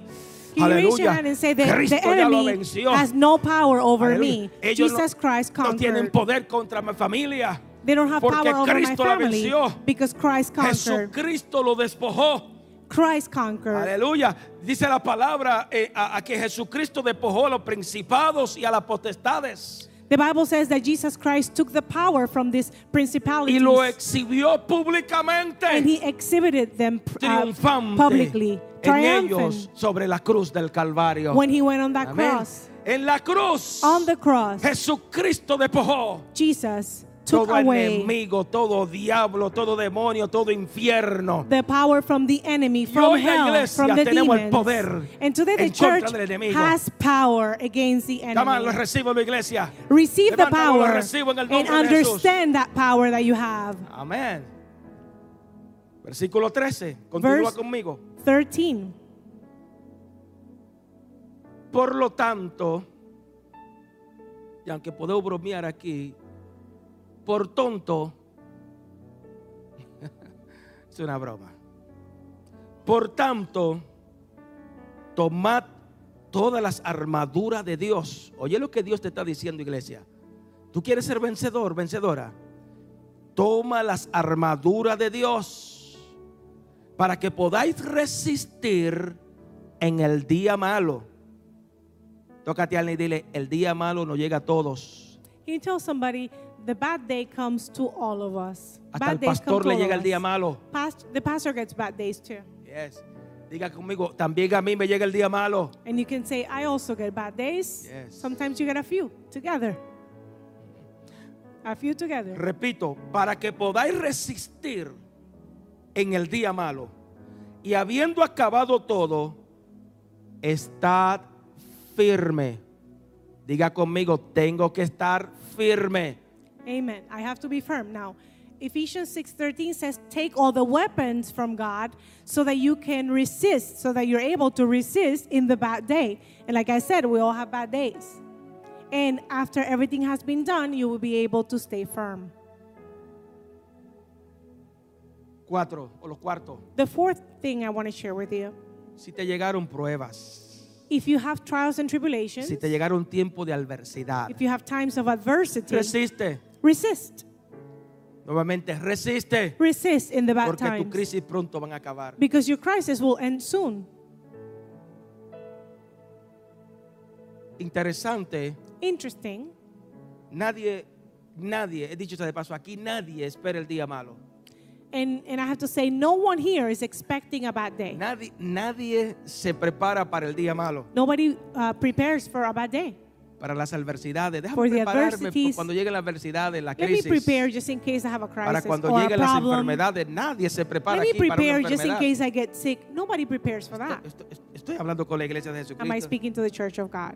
Can you raise your Aleluya. hand and say that Cristo the ya lo enemy venció. has no power over Aleluya. me? Ellos no- Jesus Christ no tienen conquered. poder contra mi familia. they don't have porque power over my Cristo la family venció. because Christ conquered. Jesucristo lo despojó. Christ conquered. Aleluya. Dice la palabra eh, a, a que Jesucristo despojó a los principados y a las potestades The Bible says that Jesus Christ took the power from these y lo principalities exhibió públicamente, and he exhibited them uh, triunfante publicly, en triumphant, ellos sobre la cruz del Calvario. when he went on that Amén. cross. En la cruz, On the cross, Jesucristo despojó Jesus took todo away enemigo, todo diablo, todo demonio, todo infierno. the power from the enemy, Y from hoy la hell, iglesia from the tenemos el demons. poder and today the en contra church del enemigo. has power against the Llama, lo enemy. recibo la iglesia. Receive the Levántalo, lo power recibo en el and nombre de Jesús. understand that power that you have. Amén. Versículo 13. Continúa Verse- conmigo. 13. Por lo tanto, y aunque puedo bromear aquí, por tonto, es una broma. Por tanto, tomad todas las armaduras de Dios. Oye lo que Dios te está diciendo, iglesia. Tú quieres ser vencedor, vencedora. Toma las armaduras de Dios para que podáis resistir en el día malo. Tócate al y dile, el día malo no llega a todos. Can you tell somebody the bad day comes to all of us? Hasta bad el days come pastor to le all llega of el día us. malo. Past- the pastor gets bad days too. Yes. Diga conmigo, también a mí me llega el día malo. And you can say, I also get bad days. Yes. Sometimes you get a few together. A few together. Repito, para que podáis resistir en el día malo. Y habiendo acabado todo, estad firme. Diga conmigo, tengo que estar firme. Amen. I have to be firm now. Ephesians 6:13 says, "Take all the weapons from God so that you can resist, so that you're able to resist in the bad day." And like I said, we all have bad days. And after everything has been done, you will be able to stay firm. Cuatro, o los cuartos. The fourth thing I want to share with you, Si te llegaron pruebas, if you have trials and tribulations, si te llegaron tiempo de adversidad, if you have times of adversity, resiste. resist. Nuevamente, resiste. Resist in the bad Porque tu times. crisis pronto van a acabar. Because your crisis will end soon. Interesante, Interesting. nadie, nadie, he dicho esto de paso, aquí nadie espera el día malo. And, and I have to say, no one here is expecting a bad day. Nadie, nadie se prepara para el día malo, Nobody uh, prepares for a bad day. para las adversidades. Déjame For the prepararme por adversities. cuando lleguen las adversidades, la Let me crisis. prepare just in case I have a para crisis cuando or a lleguen las problem. enfermedades, nadie se Let prepara me aquí para una prepare just in enfermedad. case I get sick. Nobody prepares for that. Esto- esto- Estoy hablando con la iglesia de Am I Jesucristo. speaking to the church of God?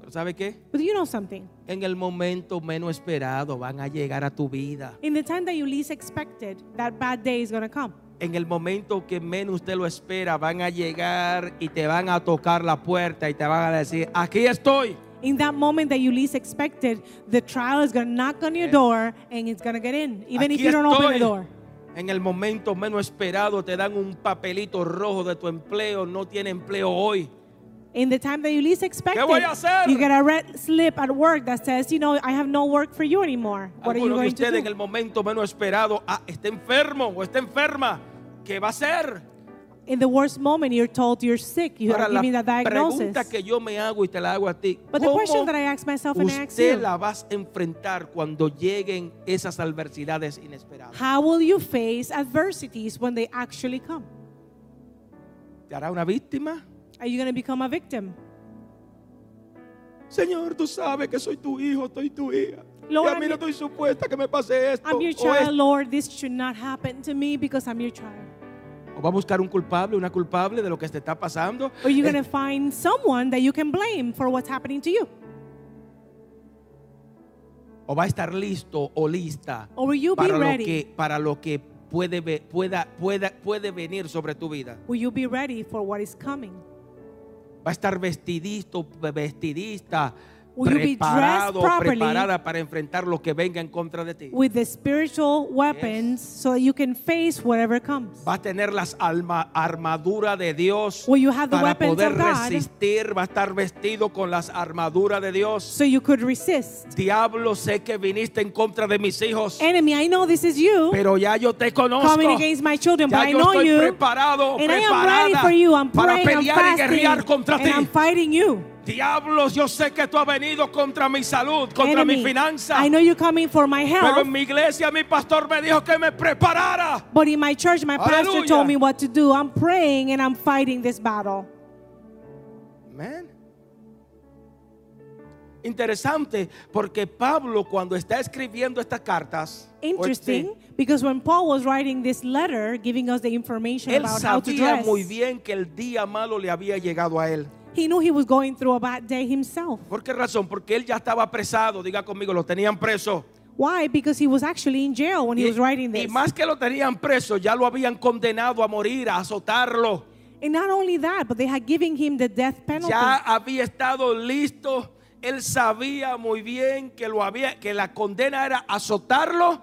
Pero ¿sabe qué? But you know something. En el momento menos esperado van a llegar a tu vida. In the time that you least expected, that bad day is going to come. En el momento que menos usted lo espera, van a llegar y te van a tocar la puerta y te van a decir, aquí estoy. In that moment that you least expected, the trial is going to knock on your door and it's going to get in, even if Eh. "Aquí you don't open the estoy". door. En el momento menos esperado te dan un papelito rojo de tu empleo, no tiene empleo hoy. in the time that you least expect ¿Qué voy a hacer? it, you get a red slip at work that says, you know, I have no work for you anymore. What are you Alguno de going ustedes to en el do? momento menos esperado ah, está enfermo o está enferma. ¿Qué va a hacer? In the worst moment, you're told you're sick. You Ahora are la given a diagnosis. pregunta que yo me hago y te la hago a ti. But the ¿cómo question that I ask myself and I ask usted you, la vas a enfrentar cuando lleguen esas adversidades inesperadas? how will you face adversities when they actually come? ¿Te hará una víctima? Are you going to become a victim? Señor, tú sabes que soy tu hijo, soy tu hija. Lord, y a mí no I'm your- estoy supuesta que me pase esto. I'm your o esto. child, Lord. This should not happen to me because I'm your child. O va a buscar un culpable, una culpable de lo que te está pasando. Or you're going to find someone that you can blame for what's happening to you. O va a estar listo o lista Or will you Oh, be para lo ready? que, para lo que puede, ve- pueda, pueda, puede venir sobre tu vida. Will you be ready for what is coming? Va a estar vestidito, vestidista, Will you be dressed preparado, properly? preparada para enfrentar lo que venga en contra de ti. With the spiritual weapons so that you can face whatever comes. Va a tener las alma, armadura de Dios Will you have the para weapons poder of God? resistir. Va a estar vestido con las armaduras de Dios. So you could resist. Diablo, sé que viniste en contra de mis hijos, Enemy, I know this is you pero ya yo te conozco. coming against my children, but Ya I yo know estoy you. preparado, and I am ready preparada for you. I'm para praying, I'm pelear y fasting, guerrear contra and ti. I'm fighting you. Diablos, yo sé que tú has venido contra mi salud, contra mi Enemy, finanza. I know you're coming for my Pero health. en mi iglesia mi pastor me dijo que me preparara. But in my church, my pastor Hallelujah. told me what to do. I'm praying and I'm fighting this battle. Amén. Interesante, porque Pablo cuando está escribiendo estas cartas, o Interesting, because when Paul was writing this letter, giving us the information este, él about how to sabía dress, muy bien que el día malo le había llegado a él. he knew he was going through a bad day himself. ¿Por qué razón? Porque él ya estaba apresado, diga conmigo, lo tenían preso. Why? Because he was actually in jail when he was writing y this. más que lo tenían preso, ya lo habían condenado a morir, a azotarlo. And not only that, but they had given him the death penalty. Ya había estado listo. Él sabía muy bien que lo había, que la condena era azotarlo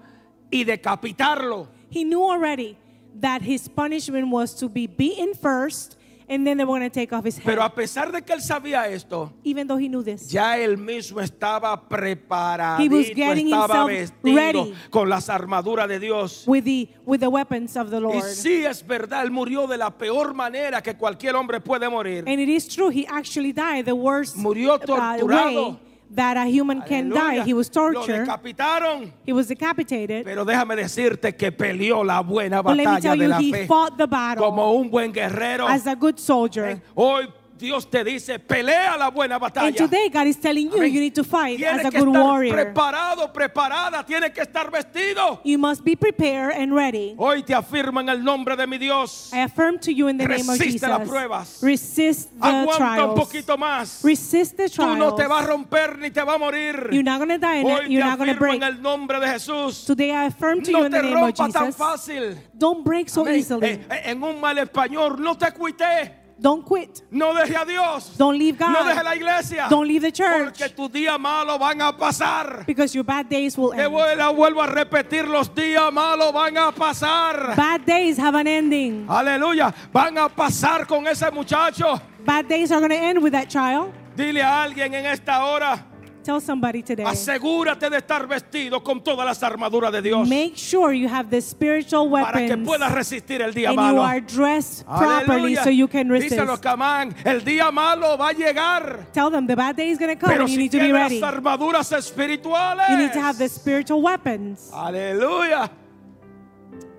y decapitarlo. He knew already that his punishment was to be beaten first, and then they were going to take off his head. Pero a pesar de que él sabía esto, even though he knew this. ya él mismo estaba preparado, He was getting estaba himself vestido ready. con las armaduras de Dios. with the with the weapons of the Y Lord. sí es verdad, él murió de la peor manera que cualquier hombre puede morir. And it is true, he actually died the worst uh, Murió torturado. way that a human can Aleluya. die. He was Lo tortured. decapitaron. He was decapitated. Pero déjame decirte que peleó la buena But let me batalla tell de you, la he fe fought the battle como un buen guerrero. Eh, as a good soldier. Hoy Dios te dice, pelea la buena batalla. And today God is telling you, Amén. you need to fight Tienes as a que good estar warrior. preparado, preparada, tienes que estar vestido. You must be prepared and ready. Hoy te afirman el nombre de mi Dios. I affirm to you in the name of Resiste las Jesus. pruebas. Resist the Aguanta un trials. poquito más. Resist the Tú no te vas a trials. romper ni te va a morir. You're not going to die. Hoy and You're te not going to afirmo en break. el nombre de Jesús. Today I affirm to you no in the te name of rompa tan Jesus. fácil. Don't break so Amén. easily. Eh, eh, en un mal español, no te cuité. Don't quit. No deje a Dios. Don't leave God. No deje la iglesia. Don't leave the church. Porque tus días malos van a pasar. Because your bad days will Te end. voy- la vuelvo a repetir, los días malos van a pasar. Bad days have an ending. Aleluya. Van a pasar con ese muchacho. Bad days are going to end with that child. Dile a alguien en esta hora, Tell somebody today. asegúrate de estar vestido con todas las armaduras de Dios Make sure you have the spiritual para que weapons puedas resistir el día and you malo. are dressed properly Aleluya. so you can resist. Díselo, Camán, el día malo va a llegar. Tell them the bad day is going to come Pero and you si need to be tienes ready. las armaduras espirituales, You need to have the spiritual weapons. ah, Aleluya.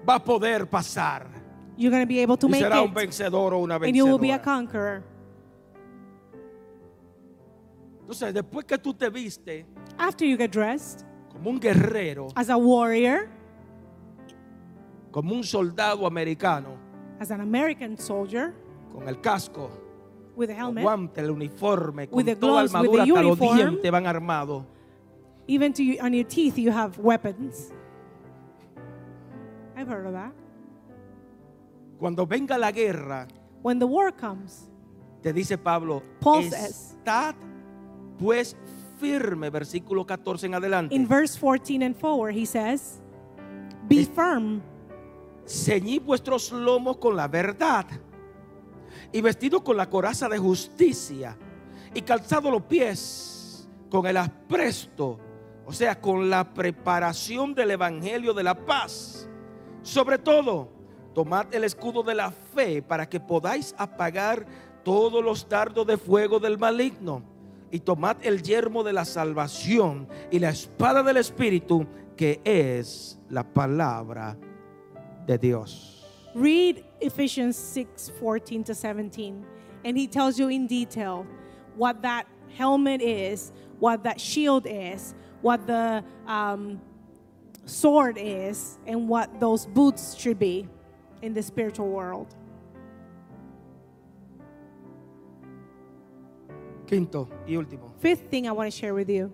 Va a poder pasar. You're going to be able to Y make será un it. vencedor o una And you will be a vencedora. conqueror. Entonces, después que tú te viste After you get dressed como un guerrero, as a warrior, como un soldado americano, as an American soldier, con el casco, with a el helmet, guante, el uniforme, con With the toda gloves, with armadura, the hasta los uniform. dientes van armados. Even to you, on your teeth, you have weapons. I've heard of that. Cuando venga la guerra, When the war comes, te dice Pablo, Paul says- estad pues firme, versículo 14 en adelante, in verse 14 and forward, he says, Be Es- firm ceñid vuestros lomos con la verdad y vestido con la coraza de justicia y calzado los pies con el apresto, o sea, con la preparación del evangelio de la paz. Sobre todo, tomad el escudo de la fe para que podáis apagar todos los dardos de fuego del maligno. Y tomad el yermo de la salvación y la espada del Espíritu, que es la palabra de Dios. Read Ephesians 6 14 to 17, and he tells you in detail what that helmet is, what that shield is, what the um, sword is, and what those boots should be in the spiritual world. Quinto y último, Fifth thing I want to share with you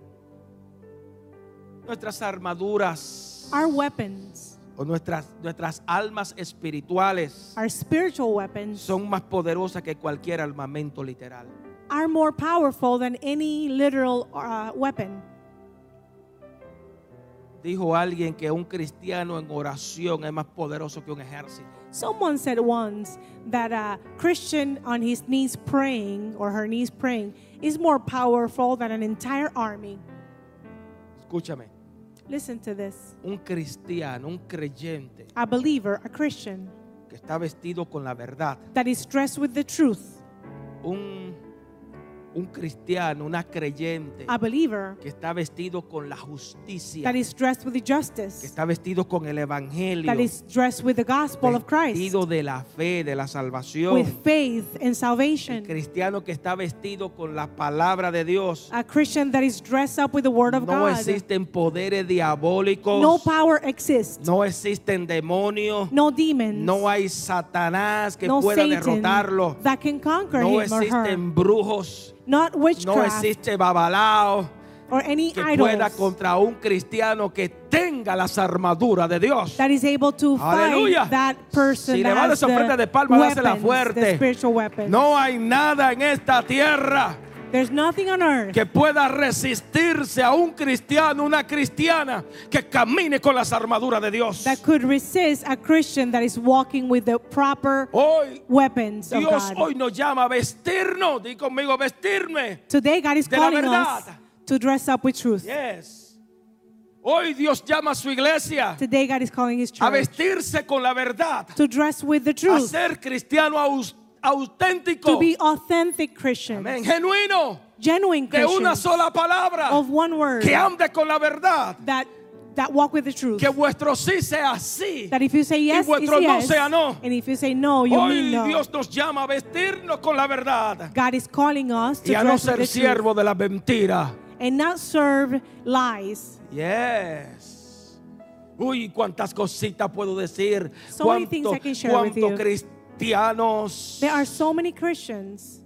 nuestras armaduras our weapons, o nuestras, nuestras almas espirituales our spiritual weapons, son más poderosas que cualquier armamento literal. are more powerful than any literal uh, weapon. Dijo alguien que un cristiano en oración es más poderoso que un ejército. Someone said once that a Christian on his knees praying or her knees praying is more powerful than an entire army. Escúchame, Listen to this. un cristiano, un creyente A believer, a Christian, que está vestido con la verdad, that is dressed with the truth, un, un cristiano, una creyente a believer que está vestido con la justicia, that is dressed with the que justice, está vestido con el evangelio, that is dressed with the gospel of Christ, vestido de la fe, de la salvación, with faith and el salvation, cristiano que está vestido con la palabra de Dios. a Christian that is dressed up with the word of No God. existen poderes diabólicos, No power exists, no existen demonios, no demons, no hay Satanás que no pueda Satan derrotarlo, that can conquer no him or her. existen brujos, not no witchcraft existe babalao or any que idols pueda contra un cristiano que tenga las armaduras de Dios. that is able to Aleluya. fight that person Si le that va has esa ofrenda the de palma, dásela weapons, fuerte. the spiritual weapons. No hay nada en esta tierra There's nothing on earth que pueda resistirse a un cristiano, una cristiana que camine con las armaduras de Dios. that could resist a Christian that is walking with the proper Hoy weapons of Oh. Dios oh. God. hoy nos llama a vestirnos, di conmigo vestirme. Today God is de la calling us verdad. to dress up with truth. Yes. Hoy Dios llama a su iglesia Today God is calling his a church vestirse con la verdad, to dress with the a truth, ser cristiano aus- to auténtico, be authentic Christians, amén, genuino, genuine de una Christians sola palabra, of one word que ande con la verdad, that that walk with the truth. que vuestro sí sea sí. That if you say yes, it's vuestro no yes. sea no. And if you say no, you Hoy mean no. Dios nos llama a vestirnos con la verdad God is calling us to y a no dress ser with the truth siervo de la mentira. and not serve lies. Yes. Uy, cuántas cositas puedo decir. So many things I can share with cuánto you. cristianos. There are so many Christians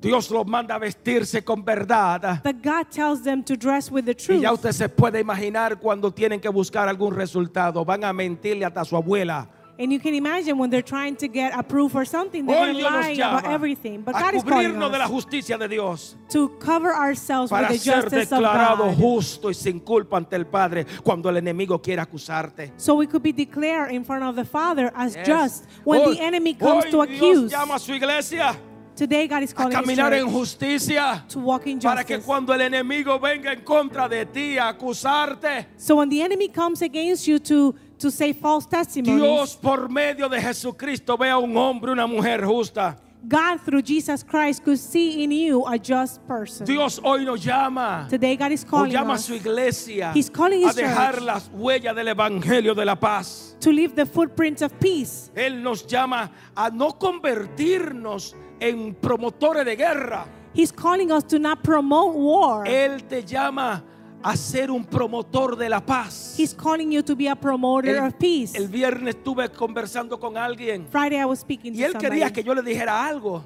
Dios los manda a vestirse con verdad. that God tells them to dress with the Y truth. ya usted se puede imaginar cuando tienen que buscar algún resultado. Van a mentirle hasta a su abuela. And you can imagine when they're trying to get approved for something, they're Hoy going to Dios lie nos llama about everything. But a God is calling cubrirnos de la us justicia de Dios to cover ourselves with para the ser justice of declarado God. justo y sin culpa ante el Padre cuando el enemigo quiere acusarte. So we could be declared in front of the Father as Yes. just when hoy, the enemy comes hoy to Dios accuse. llama a su iglesia Today God is a calling his caminar en church justicia to walk in para que justice. cuando el enemigo venga en contra de ti a acusarte, So when the enemy comes against you to to say false testimonies, Dios por medio de Jesucristo vea un hombre, una mujer justa. God through Jesus Christ could see in you a just person. Dios hoy nos llama. Today God is Nos calling llama a us su iglesia He's calling a his dejar church. las huellas del evangelio de la paz. to leave the footprints of peace. Él nos llama a no convertirnos en promotores de guerra. He's calling us to not promote war. Él te llama a ser un promotor de la paz. He's calling you to be a promoter El- of peace. el viernes estuve conversando con alguien Friday I was speaking Y to él somebody, quería que yo le dijera algo.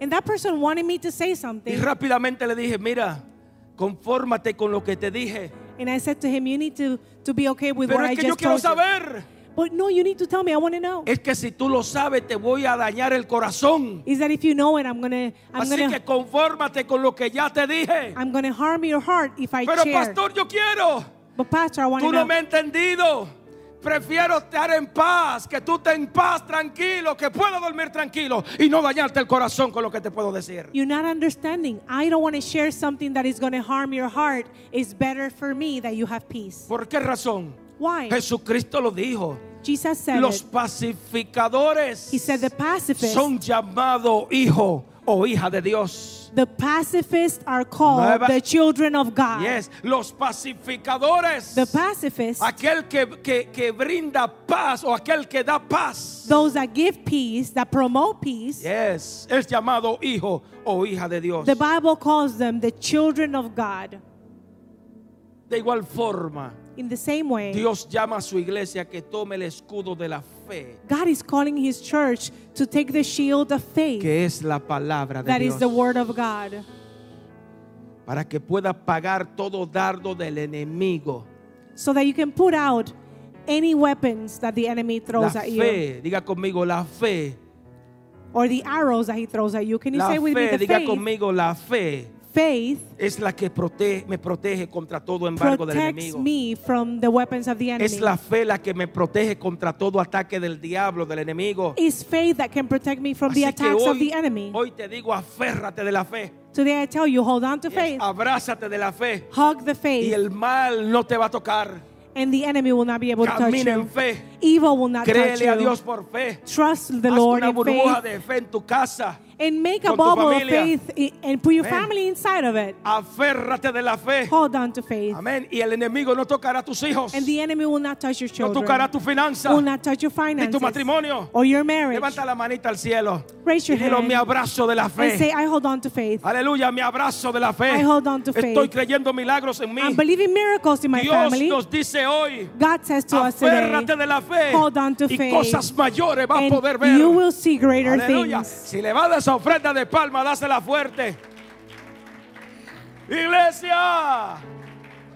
and that person wanted me to say something, Y rápidamente le dije, mira, confórmate con lo que te dije. and I said to him, "You need to to be okay with Pero what I es que just yo quiero told you." saber. But no, you need to tell me. I want to know. Es que si tú lo sabes, te voy a dañar el corazón. Is that if you know it, I'm gonna I'm Así gonna que confórmate con lo que ya te dije. I'm going to harm your heart if I Pero share. pastor, yo quiero. but pastor, I want Tú to no know. me has entendido. Prefiero estar en paz, que tú estés en paz, tranquilo, que pueda dormir tranquilo y no dañarte el corazón con lo que te puedo decir. You're not understanding. I don't want to share something that is going to harm your heart. It's better for me that you have peace. ¿Por qué razón? Why? Jesucristo lo dijo. Jesus said Los it. pacificadores He said the pacifists, son llamados hijo o hija de Dios. the pacifists are called Nueva- the children of God. Yes, los pacificadores. Ah. The pacifists, aquel que, que- que brinda paz o aquel que da paz. those that give peace, that promote peace, Yes, es llamado hijo o hija de Dios. the Bible calls them the children of God. De igual forma, In the same way, Dios llama a su iglesia que tome el escudo de la fe, God is calling his church to take the shield of faith que es la palabra de that is Dios, the word of God. para que pueda pagar todo dardo del enemigo. so that you can put out any weapons that the enemy La throws at you fe, diga conmigo la fe. or the arrows that he throws at you. Can you La say with fe, me the diga faith? conmigo la fe. Faith Es la que protege, me protege contra todo embargo del protects enemigo. me from the weapons of the enemy. Es la fe la que me protege contra todo ataque del diablo, del enemigo. It's faith that can protect me from the Así que attacks of hoy, the enemy. hoy te digo, aférrate de la fe. Today I tell you, hold on to Yes, faith, abrázate de la fe. hug the faith, Y el mal no te va a tocar. and the enemy will not be able to touch Camina en you. fe. Evil will not touch Créele you. a Dios por fe. Trust the Haz Lord una in burbuja faith de fe en tu casa. and make a con tu bubble of familia. faith i- and put your Amén. family inside of it. Aférrate de la fe. Hold on to faith. Amén. Y el enemigo no tocará a tus hijos. And the enemy will not touch your No children. tocará tu finanza. will not touch your finances. matrimonio. Or your marriage. Levanta la manita al cielo. Raise your y dilo, hand. mi abrazo de la And say, fe. I hold on to faith. Aleluya, mi abrazo de la fe. I hold on to Estoy faith. creyendo milagros en mí. I'm believing miracles in my Dios family. nos dice hoy, God says to us today, aférrate de la fe. hold on to y faith. cosas mayores vas a and poder ver. you will see greater Aleluya. things. Si le va a dar esa ofrenda de palma, dásela fuerte. Iglesia,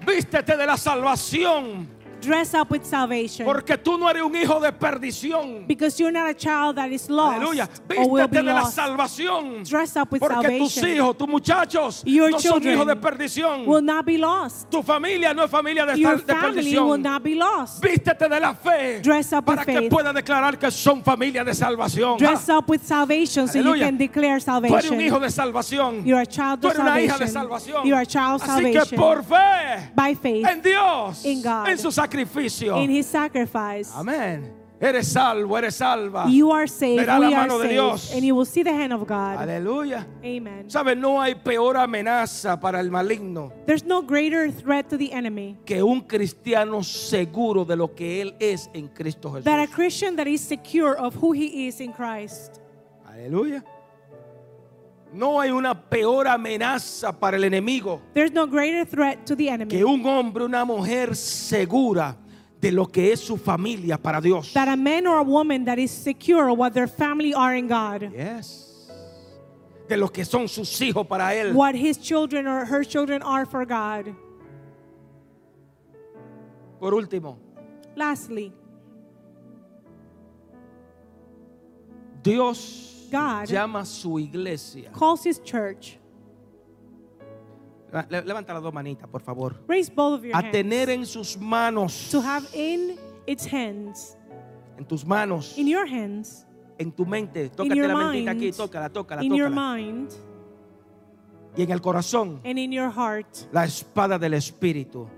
vístete de la salvación. Dress up with salvation. Porque tú no eres un hijo de perdición. because you're not a child that is lost Aleluya. or will be Vístete de la lost. salvación. Dress up with Porque tus salvation. hijos, tus muchachos, Your no son children hijos de perdición. Will not be lost. Tu familia no es familia de, Your sal- de family will perdición. not be lost. Vístete de la fe Dress up para with que faith. pueda declarar que son familia de salvación. Dress Ah, up with salvation so you Aleluya. can Tú declare eres un salvation. hijo de salvación. You're a child Tú of eres una hija de salvation. salvación. You are a child of Así que salvation. por fe By faith. en Dios, In God. en su sacrificio. in his sacrifice. Amén. Eres salvo, eres salva. You are saved, Verá la we are mano de saved, Dios. and you will see the hand of God. Aleluya. Amen. ¿Sabes? No hay peor amenaza para el maligno There's no greater threat to the enemy que un cristiano seguro de lo que él es en Cristo Jesús. than a Christian that is secure of who he is in Christ. Aleluya. No hay una peor amenaza para el enemigo There's no greater threat to the enemy que un hombre, una mujer segura de lo que es su familia para Dios. than a man or a woman that is secure of what their family are in God, Yes. De lo que son sus hijos para él. what his children or her children are for God. Por último, Lastly, Dios God llama a su iglesia. calls his church. Le- Levanta las dos manitas, por favor. Raise both of your A hands tener en sus manos, to have in its hands, en tus manos, in your hands, en tu mente. in Tócate your la mentita mind, aquí, tócala, tócala, in your tócala. mind, Y en el corazón, and in your heart. la espada del Espíritu,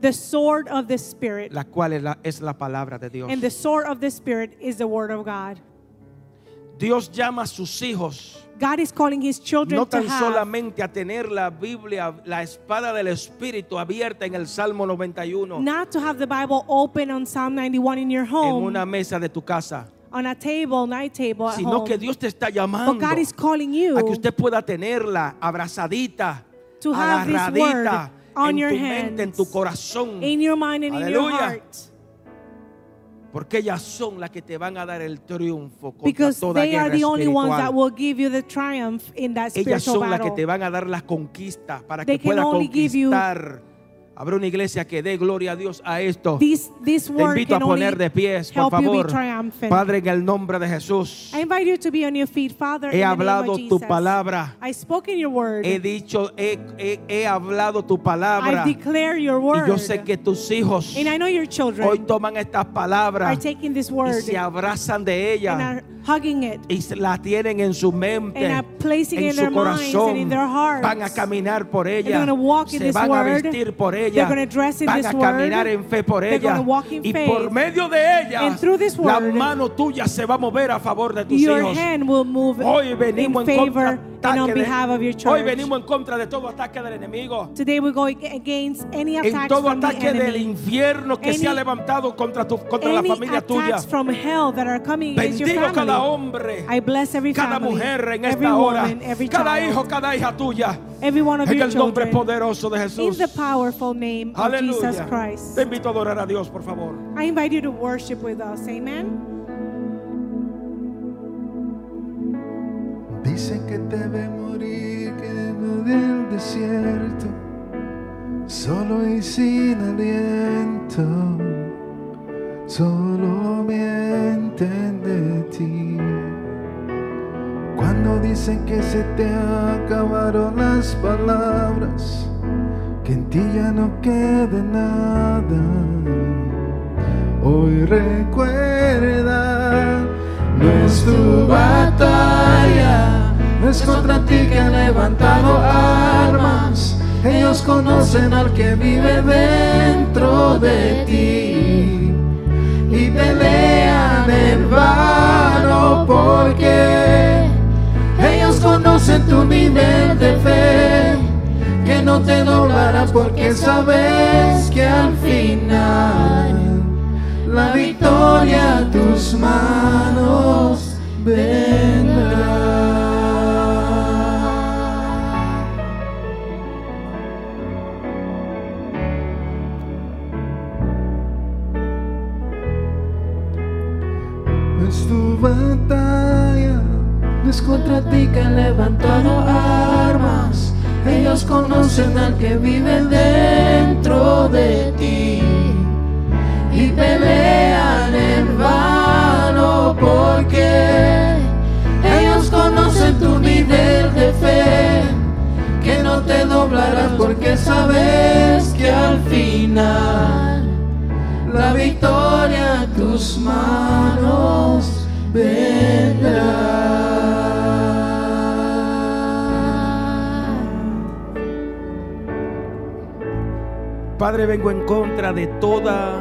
the sword of the spirit la cual es la, es la palabra de Dios. and the sword of the spirit is the word of god Dios llama a sus hijos. god is calling his children No to tan have solamente a tener la Biblia, la espada del Espíritu abierta en el Salmo 91, not to have the bible open on psalm 91 in your en home una mesa de tu casa, on a table night table at sino home que Dios te está but llamando god is calling you a que usted pueda tenerla abrazadita, To have this agarradita word on en your tu mente, en tu hands, corazón, in your mind and in your Aleluya. heart porque ellas son las que te van a dar el triunfo contra because toda they guerra are the only ones espiritual. that will give you the triumph in that Ellas spiritual son las que battle te van a dar las conquistas para They que puedas can only give you conquistar Habrá una iglesia que dé gloria a Dios a esto. This, this Te word invito a can only poner de pies, por help you favor. be triumphant. Padre, en el nombre de Jesús, I invite you to be on your feet, Father. he in the name of hablado tu Jesus. palabra. I spoke in your word. He dicho, he, he- he hablado tu palabra. I declare your word. Y yo sé que tus hijos and I know your children hoy toman estas are palabras taking this y word se abrazan de and ellas are hugging it. y se la tienen en su mente, And are placing en it in su their minds corazón. and in their hearts. Van a caminar por they're ella, gonna walk in se this van a word. vestir por They're ella, gonna dress in van this a word. caminar en fe por They're ella. gonna walk in Y faith. por medio de ella, And through this la word, mano tuya se va a mover a favor de tus Your hijos. hand will move Hoy in venimos en favor contra and ataque on de- behalf of your Hoy church. venimos en contra de todo ataque del enemigo. Today we go ag- against any En attacks todo from the ataque del enemy. infierno que se ha Any- levantado contra tu contra la Any familia tuya. attacks from hell that are coming against your Bendigo family. cada hombre, I bless every cada family, mujer en every esta hora, woman, every cada child, hijo, cada hija tuya. every one of En your el nombre children. poderoso de in Jesús. the powerful name of Jesus Aleluya. Christ. Te invito a adorar a Dios, por favor. I invite you to worship with us. Amen. Dicen que te ve morir quedando del desierto, solo y sin aliento, solo mienten de ti. Cuando dicen que se te acabaron las palabras, que en ti ya no quede nada. Hoy recuerda, no es tu batalla, no es contra ti que han levantado armas. Ellos conocen al que vive dentro de ti y pelean en vano porque ellos conocen tu nivel de fe, que no te doblarás porque sabes que al final la victoria a tus manos vendrá. No es tu batalla, no es contra ti que han levantado armas. Ellos conocen al que vive dentro de ti y pelean en vano porque ellos conocen tu nivel de fe, que no te doblarás porque sabes que al final la victoria a tus manos vendrá. Padre, vengo en contra de toda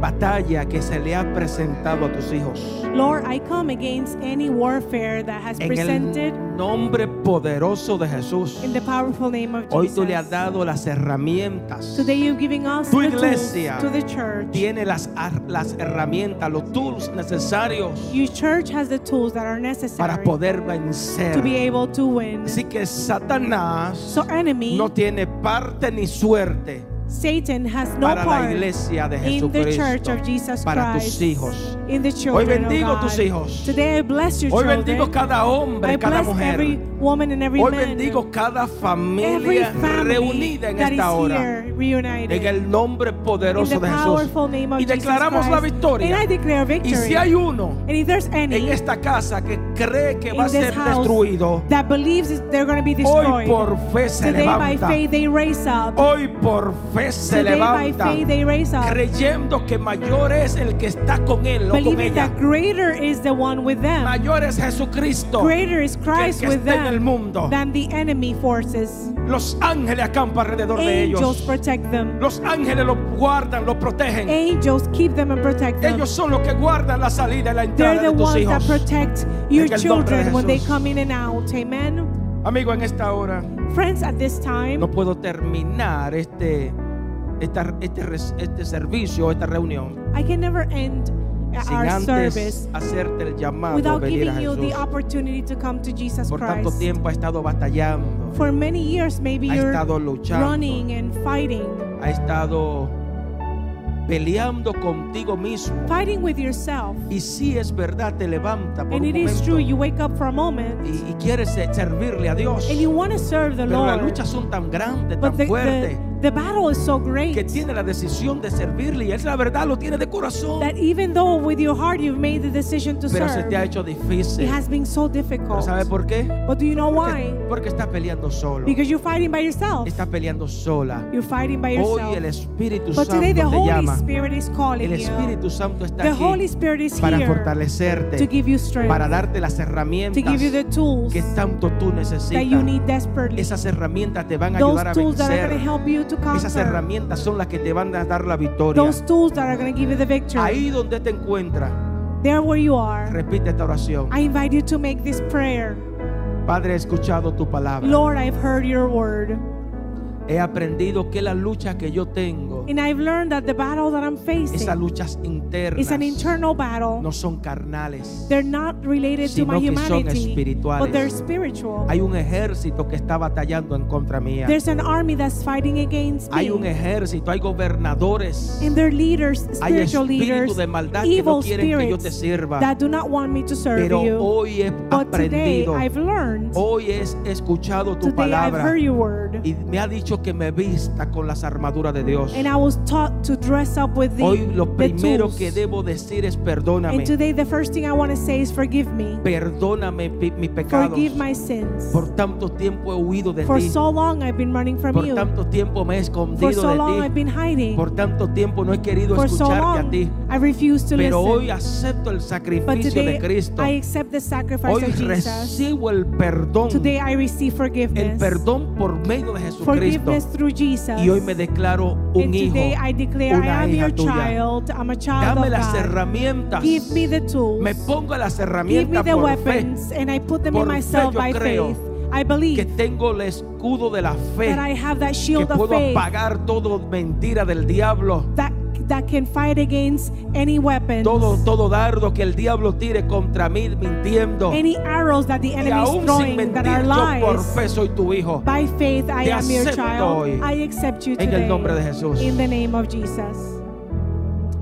batalla que se le ha presentado a tus hijos. Lord, I come against any warfare that has En presented el nombre poderoso de Jesús. in the powerful name of Hoy Jesus. tú le has dado las herramientas. Today you're giving us Tu the tools iglesia to the church. Tiene las, ar- las herramientas, los tools necesarios Your church has the tools that are para necessary poder to be vencer. able to win. Así que Satanás So enemy, no tiene parte ni suerte Satan has no para la part iglesia de in the church Jesucristo, of Jesus para tus Christ, hijos. in the children of bendigo God. tus hijos. Today I bless your Hoy children. bendigo cada hombre, I cada bless mujer. every woman and every Hoy man. bendigo cada every familia family reunida en that esta is hora. here reunited. En el nombre in poderoso the de Jesús. powerful name of Y Jesus declaramos la Christ. victoria. And I declare Y victory. si hay uno and if there's any en esta casa que cree que va a in this ser house destruido, that believes they're going to be hoy destroyed, por fe se today by levanta. faith they raise up. Hoy por fe se today by levanta. faith they raise up. Creyendo que mayor es el que está con él o con believing ella. that greater is the one with them. Mayor es Jesucristo. greater is Christ que with está en el them mundo. than the enemy forces. Los ángeles acampan alrededor de Angels ellos. protect them. Los ángeles los guardan, los protegen. Angels keep them and protect them. Ellos son los que guardan la salida y la They're entrada the de tus ones that hijos. protect your En el nombre de children when they Jesús. come in and out. Amen. Amigo, en esta hora Friends, at this time, no puedo terminar este, esta- este, res- este servicio, esta reunión, I can never end sin our antes service hacerte el llamado a without venir a giving you the Jesús. opportunity to come to Jesus Por tanto Christ. tiempo ha estado batallando, For many years, maybe ha you're estado luchando, running and fighting, ha estado peleando contigo mismo. fighting with yourself. Y si es verdad, te levanta por And un it is true, momento y, you wake up for a moment y quieres eh, servirle a Dios. and you want to serve the Pero las Lord. luchas son tan grandes, But tan the, fuertes, the, The battle is so great que tiene la decisión de servirle y es la verdad, lo tiene de corazón, that even though with your heart you've made the decision to pero se serve, te ha hecho it difícil. has been so Pero difficult. ¿Sabe por qué? But do you know Porque, why? porque está peleando solo, Because you're fighting by yourself. está peleando sola. You're fighting by Hoy yourself. el Espíritu But today the Santo te Holy llama. Spirit is El calling you. Espíritu Santo está The Holy aquí Spirit is para here to fortalecerte, give you strength, para darte las to give you the herramientas tools que tanto tú that you necesitas. need desperately. Esas herramientas te van a Those ayudar a tools that are going to vencer. help you to Esas conquer. herramientas son las que te van a dar la victoria. Those tools that are going to give you the victory. Ahí donde te encuentras, There where you are, repite esta oración. I invite you to make this prayer. Padre, he escuchado tu palabra. Lord, I've heard your word, He aprendido que la lucha que yo tengo, and I've learned that the battle that I'm esas facing luchas is an internas, internal battle. no son carnales. They're not related to my sino que son humanity, but they're espirituales. spiritual. Hay un ejército que está batallando en contra mía. There's an army that's fighting against Hay un me, ejército, hay gobernadores. and their leaders, Hay spiritual espíritu leaders, de maldad que no evil quieren que yo te spirits sirva. that do not want me to serve Pero you. hoy he But today aprendido, I've learned, hoy he escuchado tu today I've palabra heard your word, y me ha dicho que me vista con las armaduras de Dios. and I was taught to dress up with the, Hoy lo the primero tools. que debo decir es perdóname, And today the first thing I want to say is forgive me. perdóname pi- mis pecados. Forgive my sins. Por tanto tiempo he huido de For ti, so long I've been running from por you. tanto tiempo me he For so escondido de long I've ti, been hiding. por tanto tiempo no he querido For so escucharte a ti. long I refused to Pero hoy listen. acepto el But sacrificio de today Cristo. I accept the sacrifice Hoy of Jesus. recibo el perdón, Today I receive el forgiveness. perdón por medio de Jesucristo. Forgiveness through Jesus. Y hoy me declaro un And today I hijo. declare I una am hija your tuya. child. I'm a child Dame of las God. herramientas. Give me the Me tools. pongo las Give me herramientas the por fe weapons. And I put them Por in fe myself yo by creo faith. I que believe tengo el escudo de la fe that I have that que shield of puedo faith. apagar todo mentira del diablo, that that can fight against any weapons, todo todo dardo que el diablo tire contra mí mintiendo. any arrows that the Y enemy is aún sin throwing that mentir, are yo por lies. fe soy tu hijo. By faith, I Te am your acepto child. hoy. I accept you En el today. nombre de Jesús. In the name of Jesus.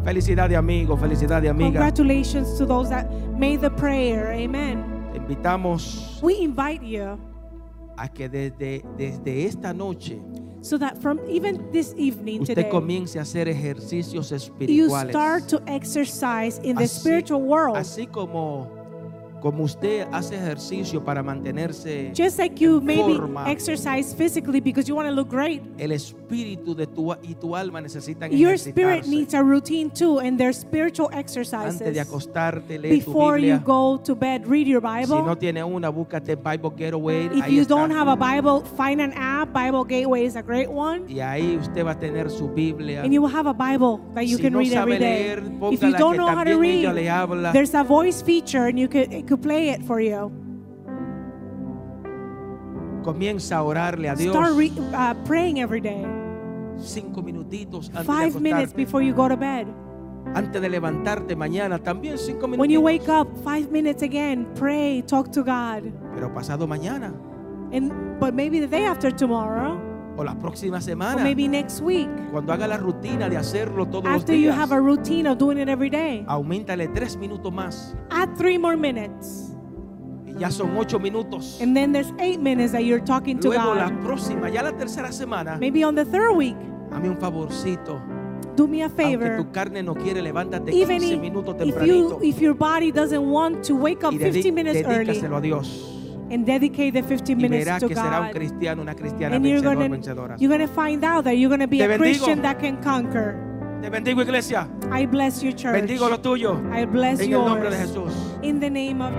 Felicidad de amigo, felicidad de amiga. Congratulations to those that made the prayer. Amen. Te invitamos We invite you a que desde, desde esta noche so that from even this evening usted today, comience a hacer ejercicios you espirituales. start to exercise in the Así- spiritual world. Así como, como usted hace ejercicio para mantenerse, Just like you maybe forma. exercise physically because you want to look great. el espíritu de tu, y tu alma necesitan Your spirit ejercitarse. needs a routine too, and there's spiritual exercises. Antes de acostarte, lee tu Before you Biblia. go to bed, read your Si Bible. no tiene una, búscate Bible Getaway. if ahí you está. don't have a Bible, find an app. Bible Gateway is a great one. y ahí usted va a tener su Biblia. And you will have a Bible that you si can no read every sabe day. leer, if you póngala don't que know how to también read, ella le habla. there's a voice feature and you could, it could play it for you. Comienza a orarle a Dios Start re, uh, praying every day. cinco minutitos antes de Five minutes acostarte. before you go to bed. antes de levantarte mañana, también cinco minutos. When you wake up, five minutes again. Pray, talk to God. Pero pasado mañana And but maybe the day after tomorrow, o la próxima or semana, maybe next week. cuando haga la rutina de hacerlo todos After los you días, have a routine of doing it every day, aumentale tres minutos más add three more minutes. y ya son ocho minutos. And then there's eight minutes that you're talking to Luego la God. próxima, ya la tercera semana, Maybe on the third week, dame un favorcito. do me a Aunque favor. tu carne no quiere, levántate Even 15 minutos if, if tempranito you if your body doesn't want to wake up y dedí- 15 minutes early dedícaselo a Dios. and dedicate the 15 Y minutes verás to que será un God, cristiano, una cristiana and you're vencedor, gonna vencedora. you're gonna find out that you're gonna be Te a bendigo. Christian that can conquer. Te bendigo, iglesia. I bless your church. Bendigo lo tuyo. I bless En el nombre de yours. Jesús. In the name of